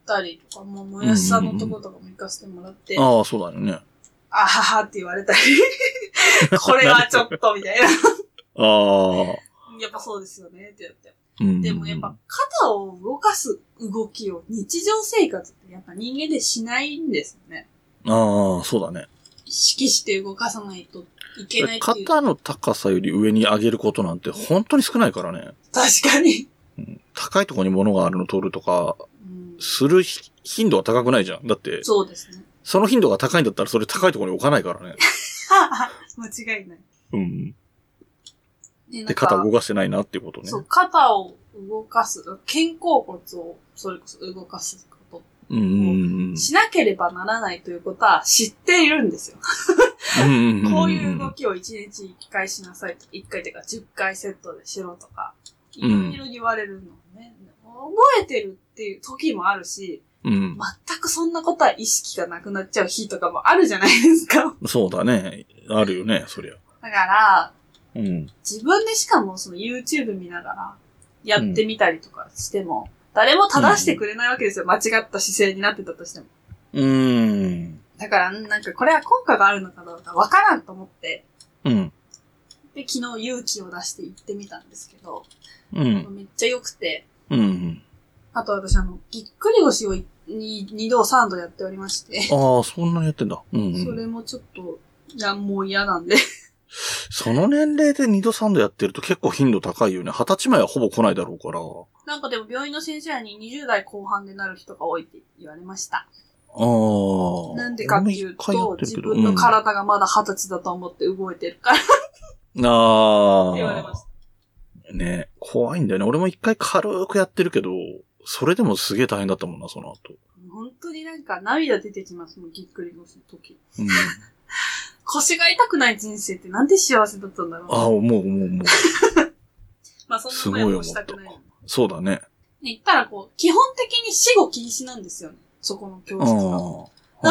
Speaker 2: たりとか、もうもやしさんのとことかも行かせてもらって、あ
Speaker 1: ああ、そうだよね。
Speaker 2: ははって言わ れたり、これはちょっとみたいな。
Speaker 1: ああ。
Speaker 2: やっぱそうですよねってやって。
Speaker 1: うん。
Speaker 2: でもやっぱ、肩を動かす動きを日常生活ってやっぱ人間でしないんですよね。
Speaker 1: ああ、そうだね。
Speaker 2: 意識して動かさないといけないっていう。確
Speaker 1: 肩の高さより上に上げることなんて本当に少ないからね。
Speaker 2: かに。
Speaker 1: うん高いところに物があるの取るとか、
Speaker 2: うん、
Speaker 1: するひ頻度は高くないじゃん。だって、
Speaker 2: そうですね。
Speaker 1: その頻度が高いんだったらそれ高いところに置かないからね。
Speaker 2: 間違いない。
Speaker 1: うん。
Speaker 2: で、なん
Speaker 1: で、
Speaker 2: か
Speaker 1: 肩動かしてないなっていうことね
Speaker 2: そ。う、肩を動かす、肩甲骨をそれこそ動かすこ
Speaker 1: うんうん
Speaker 2: と、しなければならないということは知っているんですよ。
Speaker 1: うん。
Speaker 2: こういう動きを1日1回しなさいとか、1回というか10回セットでしろとか、いろいろ言われるのね、覚えてるっていう時もあるし、
Speaker 1: うん。
Speaker 2: 全くそんなことは意識がなくなっちゃう日とかもあるじゃないですか。
Speaker 1: そうだね。あるよね、そりゃ。
Speaker 2: だから、
Speaker 1: うん。
Speaker 2: 自分でしかもその YouTube 見ながらやってみたりとかしても、誰も正してくれないわけですよ。間違った姿勢になってたとしても。
Speaker 1: うん。
Speaker 2: だから、なんかこれは効果があるのかどうかわからんと思って、
Speaker 1: うん。
Speaker 2: で、昨日勇気を出して行ってみたんですけど、
Speaker 1: うん。
Speaker 2: めっちゃ良くて、
Speaker 1: うん。
Speaker 2: あと私あの、ぎっくり腰をいに二度三度やっておりまして、
Speaker 1: ああ、そんなやってんだ。うん、う
Speaker 2: そ
Speaker 1: ん。
Speaker 2: れもちょっと、いや、もう嫌なんで。
Speaker 1: その年齢で二度三度やってると結構頻度高いよね。二十歳前はほぼ来ないだろうから。
Speaker 2: なんかでも病院の先生に20代後半でなる人が多いって言われました。
Speaker 1: ああ。
Speaker 2: なんでかっていうと
Speaker 1: 俺も、一回やってる
Speaker 2: 自
Speaker 1: けど
Speaker 2: 分の体がまだ二十歳だと思って動いてるからって
Speaker 1: うんああ。
Speaker 2: 言われました。
Speaker 1: ね怖いんだよね。俺も一回軽くやってるけど、それでもすげえ大変だったもんな、その後。
Speaker 2: 本当になんか涙出てきますもん、ぎっくり腰の時。
Speaker 1: うん。
Speaker 2: 腰が痛くない人生ってなんで幸せだったんだろう。
Speaker 1: ああ、もう、もう、もう。
Speaker 2: まあそんな声もしたくない。ね、
Speaker 1: そうだね。
Speaker 2: 言ったらこう、基本的に死後禁止なんですよね。そこの教
Speaker 1: あ
Speaker 2: 室が。
Speaker 1: あ。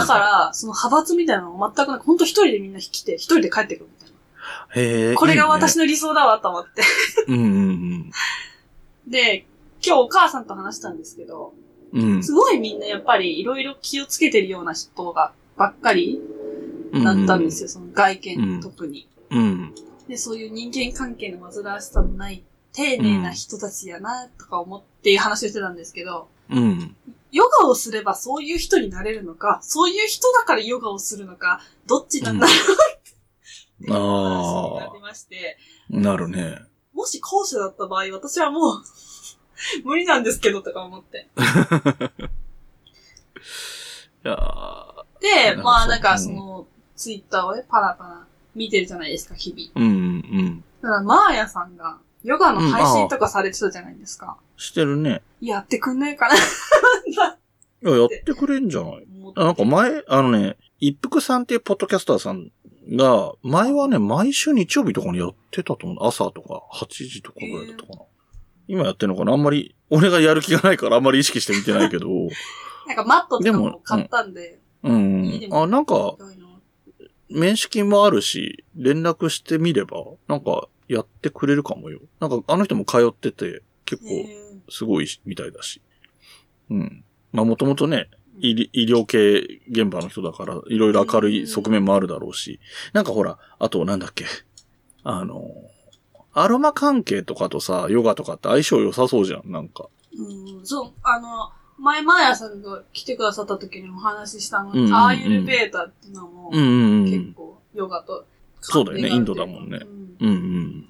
Speaker 2: だから、その派閥みたいなのも全くなく、ほんと一人でみんな来て、一人で帰ってくるみたい
Speaker 1: ら、へえ。
Speaker 2: な。これが
Speaker 1: い
Speaker 2: 私の理想だわ、と思って。
Speaker 1: いね。うんうん
Speaker 2: で、今日お母さんと話したんですけど、
Speaker 1: うん。うん。
Speaker 2: すごいみんなやっぱりいろいろ気をつけてるような人が、ばっかりだったんですよ、その外見特に。
Speaker 1: よ。うん。
Speaker 2: で、そういう人間関係の煩わしさのない、丁寧な人たちやな、とか思って話をしてたんですけど、
Speaker 1: うん。
Speaker 2: ヨガをすればそういう人になれるのか、そういう人だからヨガをするのか、どっちなんだろうっていう話になりまして、
Speaker 1: なるね。
Speaker 2: もし後者だった場合、私はもう、 無理なんですけど、とか思って。
Speaker 1: いやー
Speaker 2: で、
Speaker 1: うん
Speaker 2: まあなんか
Speaker 1: そ
Speaker 2: そうの、ツイッターをね、パラパラ見てるじゃないですか、日々。
Speaker 1: うんうん。
Speaker 2: ただ、マーヤさんが、ヨガの配信とかされてたじゃないですか。
Speaker 1: してるね。
Speaker 2: やってくんないかな
Speaker 1: いや、やってくれんじゃない
Speaker 2: 思って
Speaker 1: あなんか前、あのね、一服さんっていうポッドキャスターさんが、前はね、毎週日曜日とかにやってたと思う。朝とか、8時とかぐらいだったかな。今やってるのかなあん まり、俺がやる気がないからあんまり意識して見てないけど。
Speaker 2: なんかマットとか
Speaker 1: で
Speaker 2: も
Speaker 1: も
Speaker 2: 買ったんで、
Speaker 1: う
Speaker 2: 家で
Speaker 1: ん。
Speaker 2: も
Speaker 1: あ、なんか、
Speaker 2: みたいな
Speaker 1: 面識もあるし、連絡してみれば、なんか、やってくれるかもよ。なんか、あの人も通ってて、結
Speaker 2: へ
Speaker 1: 構、
Speaker 2: え
Speaker 1: すごいみたいだし。うん。まあ、もともとね、医り医療系現場の人だから、いろいろ明るい側面もあるだろうし。なんかほら、あと、なんだっけ。あの、アロマ関係とかとさ、ヨガとかって相性良さそうじゃん、なんか。
Speaker 2: うん、そう、あの、前、マーヤさんが来てくださった時にもお話ししたの、
Speaker 1: うんうんうん
Speaker 2: アーユルベータっていうのも、
Speaker 1: うんうんう
Speaker 2: 結
Speaker 1: ん。
Speaker 2: 構、ヨガと。
Speaker 1: そうだよ
Speaker 2: 関係
Speaker 1: ね
Speaker 2: があ
Speaker 1: インドだもん
Speaker 2: る
Speaker 1: ね
Speaker 2: というか
Speaker 1: うんうん。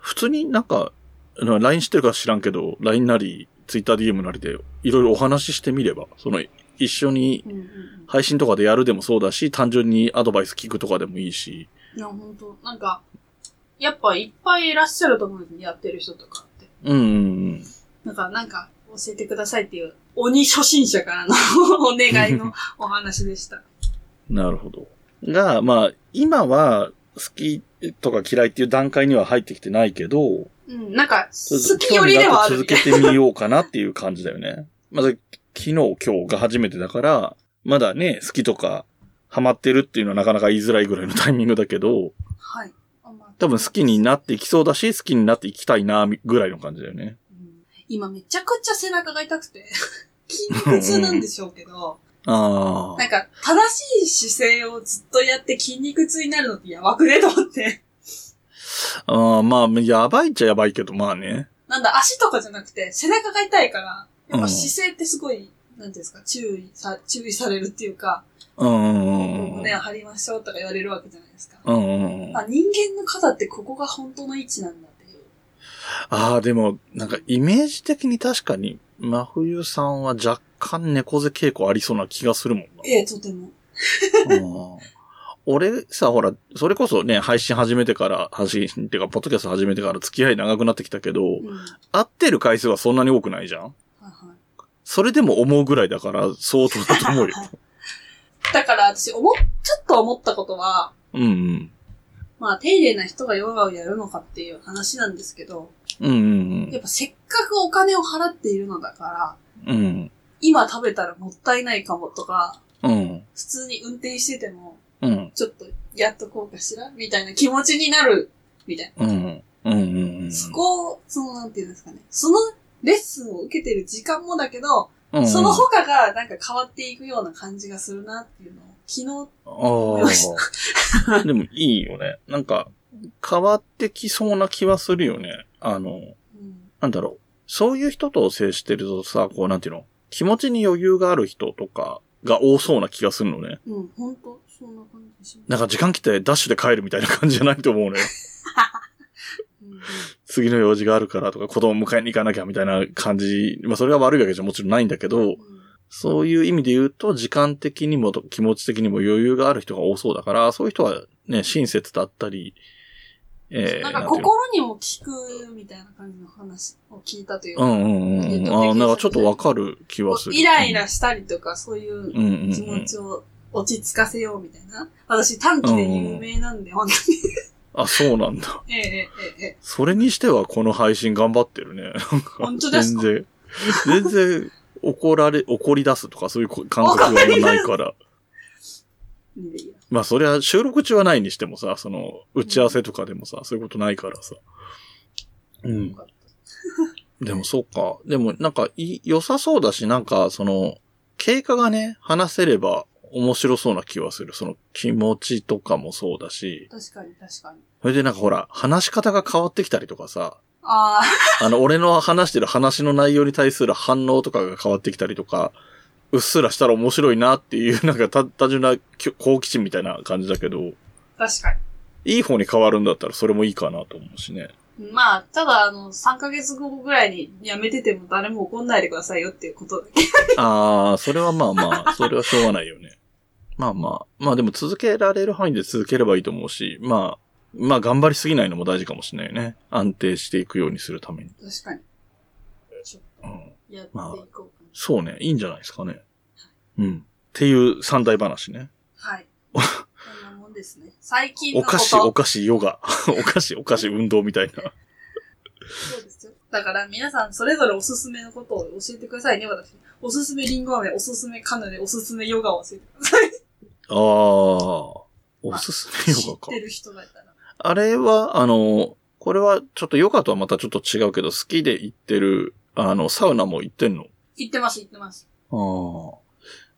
Speaker 1: 普通になんか、な LINE してるか知らんけど、LINE なり、TwitterDM なりで、いろいろお話ししてみれば、その、一緒に
Speaker 2: うん。うんうんうん。
Speaker 1: 配信とかでやるでもそうだし、単純にアドバイス聞くとかでもいいし。
Speaker 2: いや、本当なんか、やっぱいっぱいいらっしゃると思うんですね、やってる人とかって。
Speaker 1: うんうん
Speaker 2: だからなんか、教えてくださいっていう、鬼初心者からの お願い のお話でした。
Speaker 1: うん。なるほど。が、まあ、今は、好きとか嫌いっていう段階には入ってきてないけど、
Speaker 2: うん、なんか、好き寄りではある
Speaker 1: 続
Speaker 2: みたい
Speaker 1: けてみようかなっていう感じだよね。 まだ昨日、今日が初めてだから、まだね、好きとか、ハマってるっていうのはなかなか言いづらいぐらいのタイミングだけど、
Speaker 2: はい。あまあ
Speaker 1: 多分好きになっていきそうだし、好きになっていきたいな、ぐらいの感じだよね。
Speaker 2: うん今めちゃくちゃ背中が痛くて、 筋肉痛なんでしょうけど、
Speaker 1: あ
Speaker 2: なんか正しい姿勢をずっとやって筋肉痛になるのってやばくねと思って。
Speaker 1: あ。ああ、まあ、やばいっちゃやばいけど、まあね。
Speaker 2: なんだ、足とかじゃなくて背中が痛いから、やっぱ姿勢ってすごい、なんていうんですか、注意さ、注意されるっていうか、
Speaker 1: うんうんうんうん。
Speaker 2: 胸を張りましょうとか言われるわけじゃないですか。
Speaker 1: うんうんうん。
Speaker 2: あ、人間の肩ってここが本当の位置なんだっていう。
Speaker 1: ああ、でも、なんかイメージ的に確かに、真冬さんは若干猫背傾向ありそうな気がするもんな。
Speaker 2: ええ、とても。
Speaker 1: うん俺さ、ほら、それこそね、配信始めてから、配信っていうか、ポッドキャスト始めてから付き合い長くなってきたけど、
Speaker 2: うん。はい
Speaker 1: 会ってる回数はそんなに多くないじゃん
Speaker 2: はい。
Speaker 1: それでも思うぐらいだから、相当だと思うよ。
Speaker 2: だから私、思っ、ちょっと思ったことは、
Speaker 1: うんうん。
Speaker 2: まあ、丁寧な人がヨガをやるのかっていう話なんですけど、
Speaker 1: うんうん
Speaker 2: やっぱせっかくお金を払っているのだから、
Speaker 1: うん。うん。
Speaker 2: 今食べたらもったいないかもとか、
Speaker 1: うん。
Speaker 2: 普通に運転してても、
Speaker 1: うん。
Speaker 2: ちょっとやっとこうかしらみたいな気持ちになる、みたいな。
Speaker 1: うん。うんうんうん。
Speaker 2: そこを、その、なんていうんですかね。そのレッスンを受けてる時間もだけど、
Speaker 1: うんうん
Speaker 2: その他がなんか変わっていくような感じがするなっていうのを、昨思いまし
Speaker 1: あ あ。でもいいよね。なんか、変わってきそうな気はするよね。あの、
Speaker 2: 日、うん。
Speaker 1: なんだろう。そういう人と接してるとさ、こうなんていうの気持ちに余裕がある人とかが多そうな気がするのね。
Speaker 2: うん、ほんと、そんな感じしま
Speaker 1: なん
Speaker 2: す。
Speaker 1: か時間来てダッシュで帰るみたいな感じじゃないと思うのよ。
Speaker 2: うんうん
Speaker 1: 次の用事があるからとか子供迎えに行かなきゃみたいな感じ。まあそれが悪いわけじゃもちろんないんだけど、
Speaker 2: うん
Speaker 1: そういう意味で言うと時間的にもと気持ち的にも余裕がある人が多そうだから、そういう人はね、親切だったり、えー、
Speaker 2: なんか
Speaker 1: ていうの
Speaker 2: 心にも聞くみたいな感じの話を聞いたというか、
Speaker 1: うんうんうんうん。ああ、なんかちょっとわかる気はする。
Speaker 2: イライラしたりとかそういう
Speaker 1: うんうん
Speaker 2: 気
Speaker 1: うん
Speaker 2: 持ちを落ち着かせようみたいな。私短期で有名なんで、本 当に。
Speaker 1: あ、そうなんだ。
Speaker 2: ええええええ。
Speaker 1: それにしてはこの配信頑張ってるね。なんか
Speaker 2: 本当ですか
Speaker 1: 全然、全然怒られ、怒り出すとかそういう感覚が今ないから。
Speaker 2: いいねいいね
Speaker 1: まあそれは収録中はないにしてもさ、その打ち合わせとかでもさ、そういうことないからさ。う
Speaker 2: よ
Speaker 1: ん。
Speaker 2: かった
Speaker 1: でもそうか。でもなんかいい良さそうだし、なんかその経過がね、話せれば面白そうな気はする。その気持ちとかもそうだし。
Speaker 2: 確かに確かに。
Speaker 1: それでなんかほら、話し方が変わってきたりとかさ、
Speaker 2: ああ、
Speaker 1: あの、俺の話してる話の内容に対する反応とかが変わってきたりとか、うっすらしたら面白いなっていう、なんかた単純なきょ好奇心みたいな感じだけど、
Speaker 2: 確か
Speaker 1: いい方に変わるんだったらそれもいいかなと思うしね。
Speaker 2: に。まあ、ただ、あの、3ヶ月後ぐらいにやめてても誰も怒んないでくださいよっていうことだけ。
Speaker 1: ああ、それはまあまあ、それはしょうがないよね。 まあまあ、まあでも続けられる範囲で続ければいいと思うし、まあ、まあ頑張りすぎないのも大事かもしれないよね。安定していくようにするために。
Speaker 2: 確かに。ちょっ
Speaker 1: うん、
Speaker 2: とやっていこうかな。
Speaker 1: そうね、いいんじゃないですかね。うん。っていう三大話ね。
Speaker 2: はい。こんなもんです ね。最近
Speaker 1: お
Speaker 2: のこと。
Speaker 1: 菓子、お菓子、ヨガ。お菓子、お菓子、運動みたいな。
Speaker 2: そうですよ。だから皆さんそれぞれおすすめのことを教えてくださいね、私。おすすめリンゴ飴、おすすめカヌレ、おすすめヨガを教えてください。
Speaker 1: ああ、おすすめ
Speaker 2: 知
Speaker 1: ヨ
Speaker 2: っ
Speaker 1: ガか
Speaker 2: て。る人がいたら。
Speaker 1: あれは、あの、これはちょっとヨガとはまたちょっと違うけど、好きで行ってる、あの、サウナも行ってんの
Speaker 2: 言ってます、言ってます。
Speaker 1: ああ。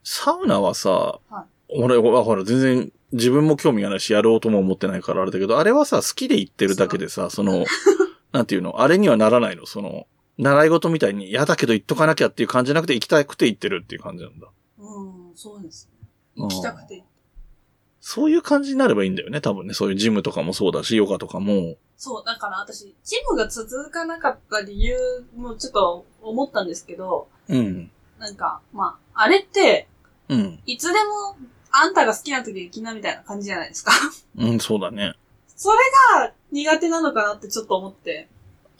Speaker 1: サウナはさ、
Speaker 2: は
Speaker 1: 俺はほら全然自分も興味がないし、やろうとも思ってないからあれだけど、あれはさ、好きで行ってるだけでさ、その、 なんていうの、あれにはならないの、その、習い事みたいに嫌だけど行っとかなきゃっていう感じじゃなくて行きたくて行ってるっていう感じなんだ。
Speaker 2: うん、そうですね。行きたくて。
Speaker 1: そういう感じになればいいんだよね、多分ね。そういうジムとかもそうだし、ヨガとかも。
Speaker 2: そう、だから私、ジムが続かなかった理由もちょっと思ったんですけど、
Speaker 1: うん。
Speaker 2: なんか、まあ、あれって、
Speaker 1: うん。
Speaker 2: いつでもあんたが好きな時行きなみたいな感じじゃないですか。
Speaker 1: うん、そうだね。
Speaker 2: それが苦手なのかなってちょっと思って、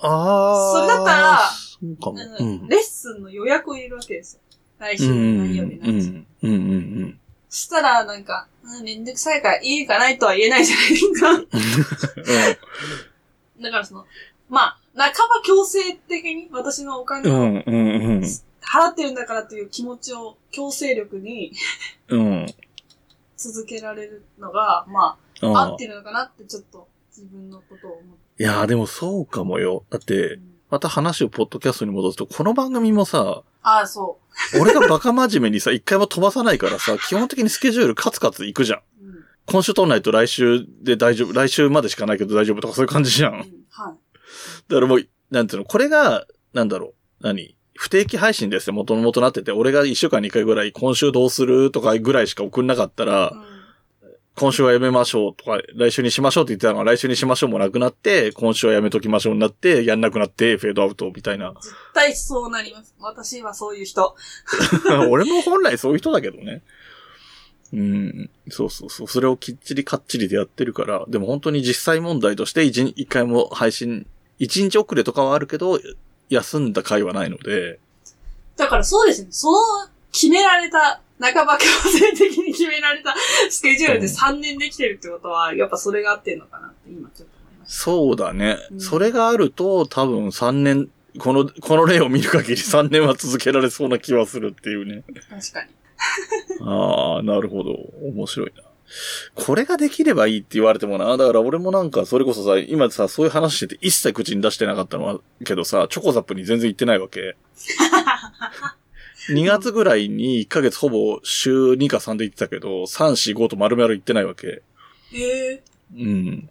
Speaker 1: ああ。
Speaker 2: それだったら
Speaker 1: そうかも。
Speaker 2: う
Speaker 1: うんん。
Speaker 2: レッスンの予約を入れるわけですよ。来
Speaker 1: う
Speaker 2: 週
Speaker 1: ん。う
Speaker 2: の何曜日
Speaker 1: ん。
Speaker 2: な
Speaker 1: うん
Speaker 2: です
Speaker 1: ん。うん。うん。
Speaker 2: したら、なんか、うん、めんどくさいから家行かないとは言えないじゃないですか。 だからその、まあ、半ば強制的に私のお金
Speaker 1: う
Speaker 2: を
Speaker 1: ん。うん。
Speaker 2: 払ってるんだからという気持ちを強制力に
Speaker 1: うん。
Speaker 2: 続けられるのが、ま
Speaker 1: うん。
Speaker 2: あ、合ってるのかなってちょっと自分のことを思って。
Speaker 1: いやーでもそうかもよ。だって
Speaker 2: う、ん
Speaker 1: また話をポッドキャストに戻すと、この番組もさ、
Speaker 2: ああ、そ
Speaker 1: 俺がバカ真面目にさ、一回も飛ばさないからさ、基本的にスケジュールカツカツ行くじゃん。
Speaker 2: う。うん。うん
Speaker 1: 今週取んないと来週で大丈夫、来週までしかないけど大丈夫とかそういう感じじゃん。だ
Speaker 2: はい。
Speaker 1: からもう、なんていうの、これが、なんだろう、何不定期配信ですね、元々なってて、俺が一週間に一回ぐらい、今週どうするとかぐらいしか送んなかったら、
Speaker 2: うん
Speaker 1: 今週はやめましょうとか、来週にしましょうって言ってたのが、来週にしましょうもなくなって、今週はやめときましょうになって、やんなくなって、フェードアウトみ たいな。
Speaker 2: 絶対そうなります。私はそういう人。
Speaker 1: 俺も本来そういう人だけどね。うん。そうそうそう。それをきっちりかっちりでやってるから、でも本当に実際問題として、一日一回も配信、一日遅れとかはあるけど、休んだ回はないので、
Speaker 2: だからそうですね。その、決められた、半ば強制的に決められ たスケジュールで
Speaker 1: うん
Speaker 2: 3年できてるってことは、やっぱそれが合ってるのかなって今ちょっと思いまし
Speaker 1: そうだね。
Speaker 2: うん
Speaker 1: それがあると、多分3年、この、この例を見る限り3年は 続けられそうな気はするっていうね。
Speaker 2: た。確かに。
Speaker 1: ああ、なるほど。面白いな。これができればいいって言われてもな。だから俺もなんか、それこそさ、今さ、そういう話してて一切口に出してなかったのは、けどさ、チョコザップに全然行ってないわ け。2月ぐらいに1ヶ月ほぼ週2か3で行ってたけど、3、4、5と丸々行ってないわけ。
Speaker 2: ええ
Speaker 1: うん。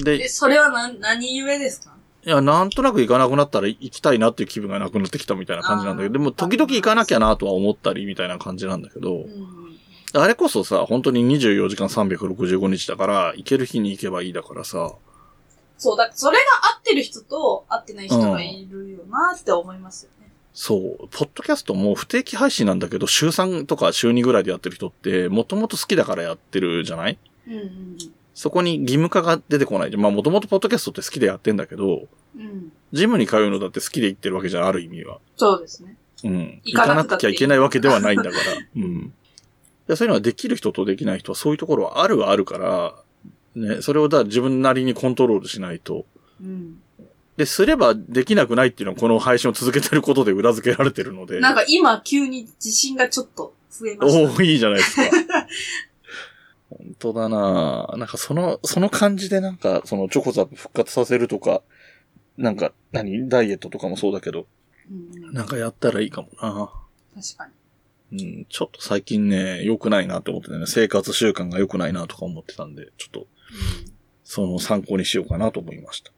Speaker 2: え、
Speaker 1: で、
Speaker 2: それはな、何故ですか
Speaker 1: いや、なんとなく行かなくなったら行きたいなっていう気分がなくなってきたみたいな感じなんだけど、でも時々行かなきゃなとは思ったりみたいな感じなんだけ
Speaker 2: う
Speaker 1: ど。
Speaker 2: ん。
Speaker 1: あれこそさ、本当に24時間365日だから、行ける日に行けばいいだからさ。
Speaker 2: そう、だそれが合ってる人と合ってない人がいるよなって思いますよね。
Speaker 1: そう。ポッドキャストも不定期配信なんだけど、週3とか週2ぐらいでやってる人って、もともと好きだからやってるじゃない
Speaker 2: うんうん
Speaker 1: そこに義務化が出てこない。まあもともとポッドキャストって好きでやってんだけど、
Speaker 2: うん。うん。
Speaker 1: ジムに通うのだって好きで行ってるわけじゃん、ある意味は。
Speaker 2: そうですね。
Speaker 1: うん。
Speaker 2: 行かなくた
Speaker 1: 行
Speaker 2: っ
Speaker 1: き
Speaker 2: て
Speaker 1: ゃいけないわけではないん だから。うん。でそういうのはできる人とできない人はそういうところはあるはあるから、ね、それをだから自分なりにコントロールしないと。
Speaker 2: うん。
Speaker 1: で、すればできなくないっていうのはこの配信を続けてることで裏付けられてるので。
Speaker 2: なんか今急に自信がちょっと増えました。
Speaker 1: おおいいじゃない ですか。本当だなぁなんかその、その感じでなんか、そのチョコザップ復活させるとか、なんか、何ダイエットとかもそうだけど、
Speaker 2: うんうん、
Speaker 1: なんかやったらいいかもな
Speaker 2: 確かに。
Speaker 1: うん、ちょっと最近ね、良くないなって思ってたね。生活習慣が良くないなとか思ってたんで、ちょっと、
Speaker 2: うん
Speaker 1: その参考にしようかなと思いました。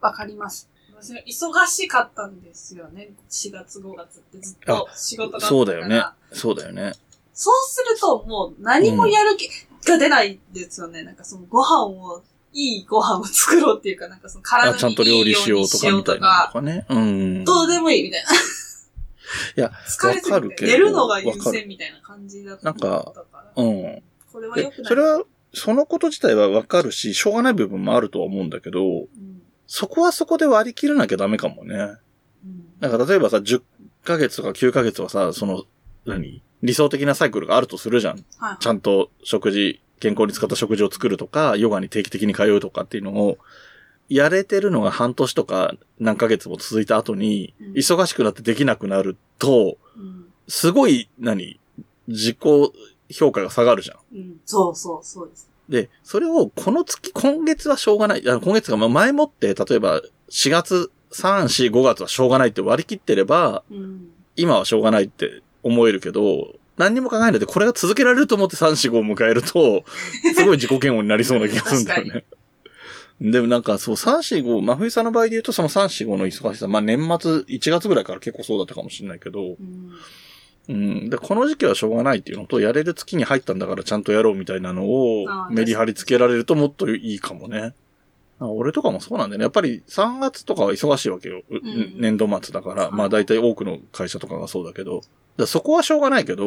Speaker 2: わかります。私は忙しかったんですよね。4月5月ってずっと仕事があったから。
Speaker 1: そうだよね。そうだよね。
Speaker 2: そうするともう何もやる気が出ないですよね。なんかそのご飯を、いいご飯を作ろうっていうか、なんかその体
Speaker 1: あ、
Speaker 2: に
Speaker 1: ちゃんと料理しようとかみたいなのとかね。うん。
Speaker 2: どうでもいいみたいな。
Speaker 1: いや、
Speaker 2: 疲れすぎ
Speaker 1: わかるけ
Speaker 2: て
Speaker 1: ど
Speaker 2: 寝るのが優先みたいな感じだった
Speaker 1: わか
Speaker 2: から。
Speaker 1: うん。
Speaker 2: これは良
Speaker 1: で
Speaker 2: くない。
Speaker 1: それは、そのこと自体はわかるし、しょうがない部分もあるとは思うんだけど、
Speaker 2: うん、
Speaker 1: そこはそこで割り切らなきゃダメかもね。
Speaker 2: うん。
Speaker 1: なんか例えばさ、10ヶ月とか9ヶ月はさ、その、何理想的なサイクルがあるとするじゃん。
Speaker 2: はいはい
Speaker 1: ちゃんと食事、健康に使った食事を作るとか、ヨガに定期的に通うとかっていうのを、やれてるのが半年とか何ヶ月も続いた後に、
Speaker 2: うん
Speaker 1: 忙しくなってできなくなると、
Speaker 2: うん。
Speaker 1: すごい、何自己評価が下がるじゃん。
Speaker 2: うん。そうそう、そうです。
Speaker 1: で、それをこの月、今月はしょうがない。あの今月がまあ前もって、例えば4月、3、4、5月はしょうがないって割り切ってれば、
Speaker 2: うん。
Speaker 1: 今はしょうがないって思えるけど、何にも考えないでこれが続けられると思って3、4、5を迎えると、すごい自己嫌悪になりそうな気がするんだよね。でもなんかそう、3、4、5、真冬さんの場合で言うとその3、4、5の忙しさ、まあ年末1月ぐらいから結構そうだったかもしれないけど、
Speaker 2: うん。
Speaker 1: うん。で、この時期はしょうがないっていうのと、やれる月に入ったんだからちゃんとやろうみたいなのを
Speaker 2: あー
Speaker 1: メリハリつけられるともっといいかもね。あ俺とかもそうなんだよね。やっぱり3月とかは忙しいわけよ。う
Speaker 2: うん
Speaker 1: 年度末だから。
Speaker 2: うん
Speaker 1: まあ大体多くの会社とかがそうだけど。だそこはしょうがないけど、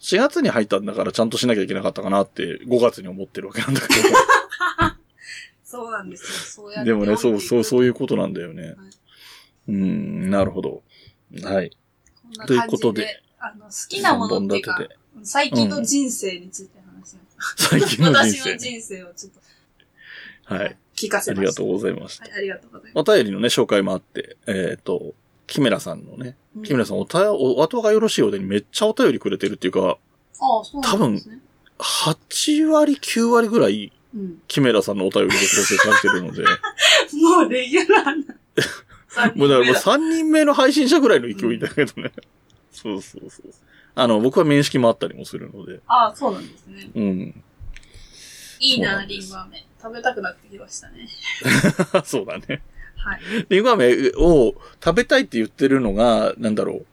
Speaker 1: 4月に入ったんだからちゃんとしなきゃいけなかったかなって5月に思ってるわけなんだけ
Speaker 2: そうなんですよ。そうやっ
Speaker 1: ど。
Speaker 2: て。
Speaker 1: でもね、そうそう、そういうことなん
Speaker 2: よ。
Speaker 1: だよね
Speaker 2: はい。
Speaker 1: うん、なるほど。はい。
Speaker 2: こんな感
Speaker 1: と
Speaker 2: じ
Speaker 1: いうことで。
Speaker 2: あの、好きなものっていう
Speaker 1: 三
Speaker 2: か
Speaker 1: 本、立てで。
Speaker 2: 最近の人生について話します。
Speaker 1: 最近 の人
Speaker 2: 私
Speaker 1: 生
Speaker 2: の
Speaker 1: ね。
Speaker 2: 人生をちょっと
Speaker 1: はい。
Speaker 2: 聞かせ
Speaker 1: あ
Speaker 2: ま
Speaker 1: りがとうご
Speaker 2: い
Speaker 1: ざいました
Speaker 2: ま。す。はい、ありがとうございま
Speaker 1: お便りのね、紹介もあって、えっ、と、キメラさんのね、
Speaker 2: す。
Speaker 1: キメラ
Speaker 2: さ
Speaker 1: さんおた、お後がよろしいようでにめっちゃお便りくれてるっていうか、
Speaker 2: ん。ああ、そうなんですね。
Speaker 1: 8割、9割ぐらい、
Speaker 2: うん。
Speaker 1: キメラさんのお便りで構成されてるので、
Speaker 2: もうレギュラーな。
Speaker 1: もうだからも
Speaker 2: 三人目だ
Speaker 1: う3人目の配信者ぐらいの勢いだけどね。そうそうそう。あの、僕は面識もあったりもするので、
Speaker 2: ああ、そうなんですね。
Speaker 1: うん。
Speaker 2: いい
Speaker 1: そう
Speaker 2: な、
Speaker 1: なんで
Speaker 2: リン
Speaker 1: す
Speaker 2: ゴ飴。食べたくなってきましたね。
Speaker 1: そうだね。
Speaker 2: はい。
Speaker 1: リンゴ飴を食べたいって言ってるのが、なんだろう。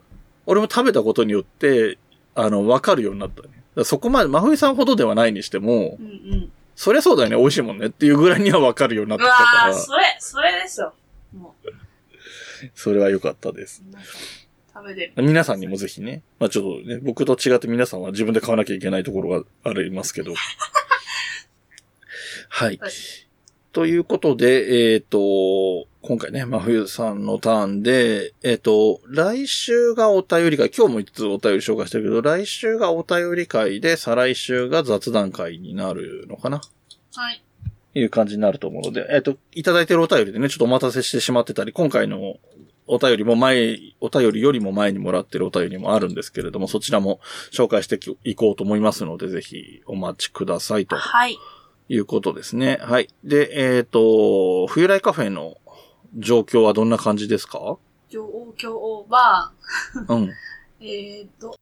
Speaker 1: 俺も食べたことによって、あの、わかるようになったね。だからそこまで、真冬さんほどではないにしても
Speaker 2: う、んうん。
Speaker 1: そりゃそうだよね、美味しいもんねっていうぐらいにはわかるようになっ
Speaker 2: う
Speaker 1: てきたか
Speaker 2: わあ、
Speaker 1: ら、
Speaker 2: それ、それですよ。もう、
Speaker 1: それは良かったです。
Speaker 2: 皆さん、食べてみて
Speaker 1: 皆さんにもぜひね、まあちょっとね、僕と違って皆さんは自分で買わなきゃいけないところがあります けど。はい。
Speaker 2: はい
Speaker 1: ということで、えっ、と、今回ね、真冬さんのターンで、えっ、と、来週がお便り会、今日も一通お便り紹介してるけど、来週がお便り会で、再来週が雑談会になるのかな
Speaker 2: はい。
Speaker 1: いう感じになると思うので、えっ、と、いただいてるお便りでね、ちょっとお待たせしてしまってたり、今回のお便りも前、お便りよりも前にもらってるお便りもあるんですけれども、そちらも紹介していこうと思いますので、ぜひお待ちくださいと
Speaker 2: はい。
Speaker 1: いうことですね。はい。で、えっ、と、冬来カフェの状況はどんな感じですか
Speaker 2: 状況は、
Speaker 1: うん。
Speaker 2: えーっと、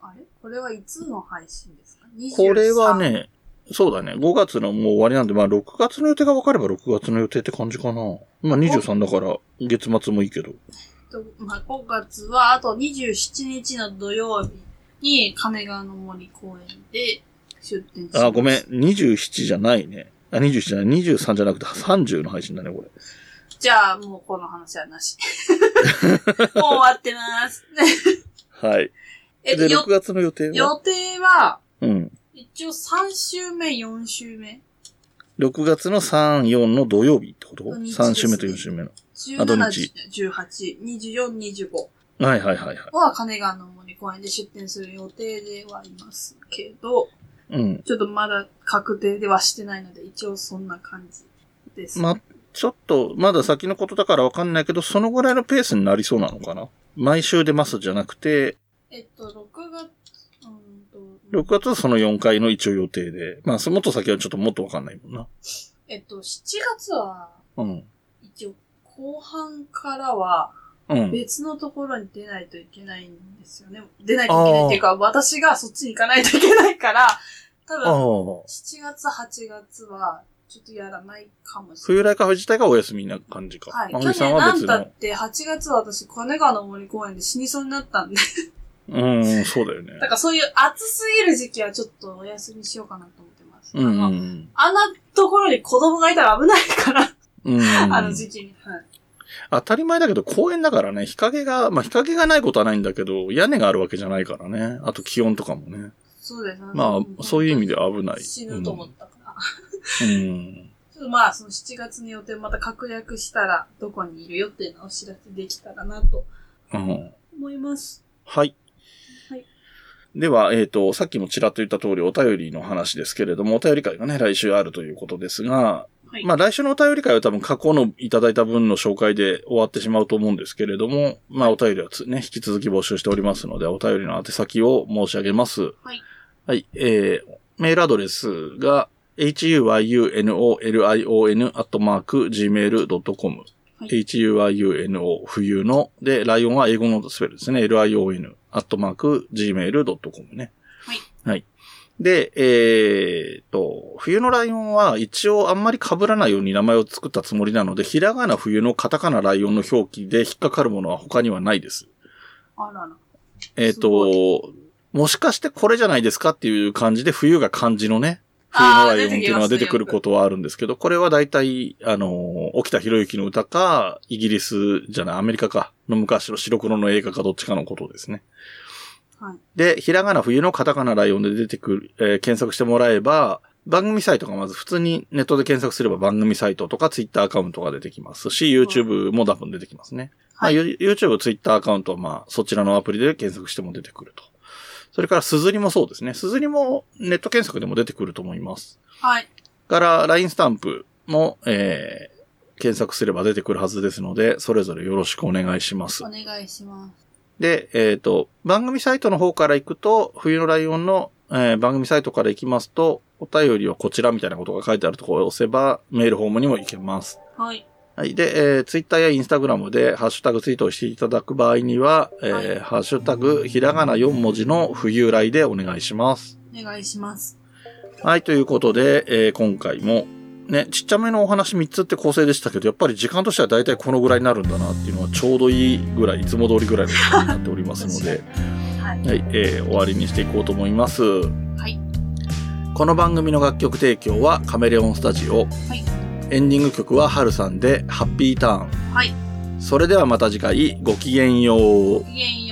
Speaker 2: あれこれはいつの配信ですか
Speaker 1: これは、ね、そうだね。5月のもう終わりなんで、まあ6月の予定が分かれば6月の予定って感じかな。まあ23だから月末もいいけど。
Speaker 2: 23とまあ、5月は、あと27日の土曜日に、亀川の森公園で出店します
Speaker 1: あ、ごめん。。27じゃないね。あ、27じゃない。23じゃなくて30の配信だね、これ。
Speaker 2: じゃあ、もうこの話はなし。 もう終わってます。
Speaker 1: はい。
Speaker 2: えっと、
Speaker 1: で、
Speaker 2: よ
Speaker 1: 6月の予定は
Speaker 2: 予定は、
Speaker 1: うん。
Speaker 2: 一応3週目、4週目。
Speaker 1: 6月の3、4の土曜日ってこと、
Speaker 2: 土日ですね
Speaker 1: ?3 週目と4週目の。あ土
Speaker 2: 17 18、
Speaker 1: 日、
Speaker 2: 24、25。
Speaker 1: はいはいはいはい。
Speaker 2: は金川の森公園で出店する予定ではいますけど、
Speaker 1: うん。
Speaker 2: ちょっとまだ確定ではしてないので、一応そんな感じです。
Speaker 1: ま、ちょっと、まだ先のことだからわかんないけど、そのぐらいのペースになりそうなのかな毎週出ますじゃなくて、
Speaker 2: えっと、6月、うーん
Speaker 1: 6
Speaker 2: と、
Speaker 1: 月はその4回の一応予定で。まあ、そもっと先はちょっともっとわかんないもんな。
Speaker 2: えっと、7月は、
Speaker 1: うん。
Speaker 2: 一応、後半からは
Speaker 1: うん。
Speaker 2: 別のところに出ないといけないんですよね。出ないといけないっていうか、私がそっちに行かないといけないから、多
Speaker 1: あ
Speaker 2: 分、
Speaker 1: あ。
Speaker 2: 7月、8月は、ちょっとやらないかもしれない。
Speaker 1: 冬来カフェ自体がお休みな感じか。
Speaker 2: はい。
Speaker 1: ま
Speaker 2: 去
Speaker 1: ふみさん
Speaker 2: 年
Speaker 1: は
Speaker 2: な
Speaker 1: 別
Speaker 2: んた
Speaker 1: の
Speaker 2: っ。て8月は私、金川の森公園で死にそうになったんで、
Speaker 1: うん、そうだよね
Speaker 2: だ。からそういう暑すぎる時期はちょっとお休みしようかなと思ってます。
Speaker 1: うんう
Speaker 2: あの
Speaker 1: ん
Speaker 2: あんなところに子供がいたら危ないから、
Speaker 1: うん。うん
Speaker 2: あの時期に。はい。
Speaker 1: 当たり前だけど公園だからね、日陰が、まあ日陰がないことはないんだけど、屋根があるわけじゃないからね。あと気温とかもね。
Speaker 2: そうですね。
Speaker 1: ま
Speaker 2: ん
Speaker 1: あ、そういう意味では危ない。
Speaker 2: 死ぬと思ったから。
Speaker 1: うん。うん。
Speaker 2: ちょっとまあ、その7月の予定また確約したら、どこにいるよっていうのをお知らせできたらなと
Speaker 1: うん。
Speaker 2: 思います。
Speaker 1: はい。
Speaker 2: はい。
Speaker 1: では、えっ、と、さっきもちらっと言った通りお便りの話ですけれども、お便り会がね、来週あるということですが、
Speaker 2: はい
Speaker 1: まあ来週のお便り会は多分過去のいただいた分の紹介で終わってしまうと思うんですけれども、まあお便りはつね、引き続き募集しておりますので、お便りの宛先を申し上げます。
Speaker 2: はい。
Speaker 1: はい、えー、メールアドレスが、huiunolion.gmail.com
Speaker 2: は。い
Speaker 1: huiuno 冬の、で、ライオンは英語のスペルですね。lion アットマーク gmail.com ね。
Speaker 2: はい。
Speaker 1: はい。で、えーっと、冬のライオンは一応あんまり被らないように名前を作ったつもりなので、ひらがな冬のカタカナライオンの表記で引っかかるものは他にはないです。
Speaker 2: あらら。
Speaker 1: えっ、
Speaker 2: す
Speaker 1: と、もしかしてこれじゃないですかっていう感じで、冬が漢字のね、冬のライオンっていうのが出てくることはあるんですけど、これは大体、あの、沖田博之の歌か、イギリスじゃない、アメリカか、の昔の白黒の映画かどっちかのことですね。
Speaker 2: はい。
Speaker 1: で、ひらがな冬のカタカナライオンで出てくる、えー検索してもらえば、番組サイトがまず普通にネットで検索すれば番組サイトとかツイッターアカウントが出てきますし、YouTube も多分出てきますね。
Speaker 2: はい
Speaker 1: まあ、You- YouTube、ツイッターアカウントはまあそちらのアプリで検索しても出てくると。それからすずりもそうですね。すずりもネット検索でも出てくると思います。
Speaker 2: はい。
Speaker 1: から、LINE スタンプも、えー検索すれば出てくるはずですので、それぞれよろしくお願いします
Speaker 2: お。願いします。
Speaker 1: で、えっ、と、番組サイトの方から行くと、冬のライオンの、えー番組サイトから行きますと、お便りはこちらみたいなことが書いてあるところを押せば、メールフォームにも行けます。
Speaker 2: はい。
Speaker 1: はい。で、えー、ツイッターやインスタグラムで、ハッシュタグツイートをしていただく場合には、えー
Speaker 2: はい
Speaker 1: ハッシュタグ、ひらがな4文字の冬来でお願いします。
Speaker 2: お願いします。
Speaker 1: はい、ということで、えー今回も、ね、ちっちゃめのお話3つって構成でしたけど、やっぱり時間としては大体このぐらいになるんだなっていうのはちょうどいいぐらい、いつも通りぐらいの時間になっておりますので、
Speaker 2: はい。
Speaker 1: はい、えー終わりにしていこうと思います。
Speaker 2: はい。
Speaker 1: この番組の楽曲提供はカメレオンスタジオ。
Speaker 2: い
Speaker 1: エンディング曲はハルさんでハッピーターン。
Speaker 2: はい。
Speaker 1: それではまた次回ごきげんよう。
Speaker 2: ごきげんよう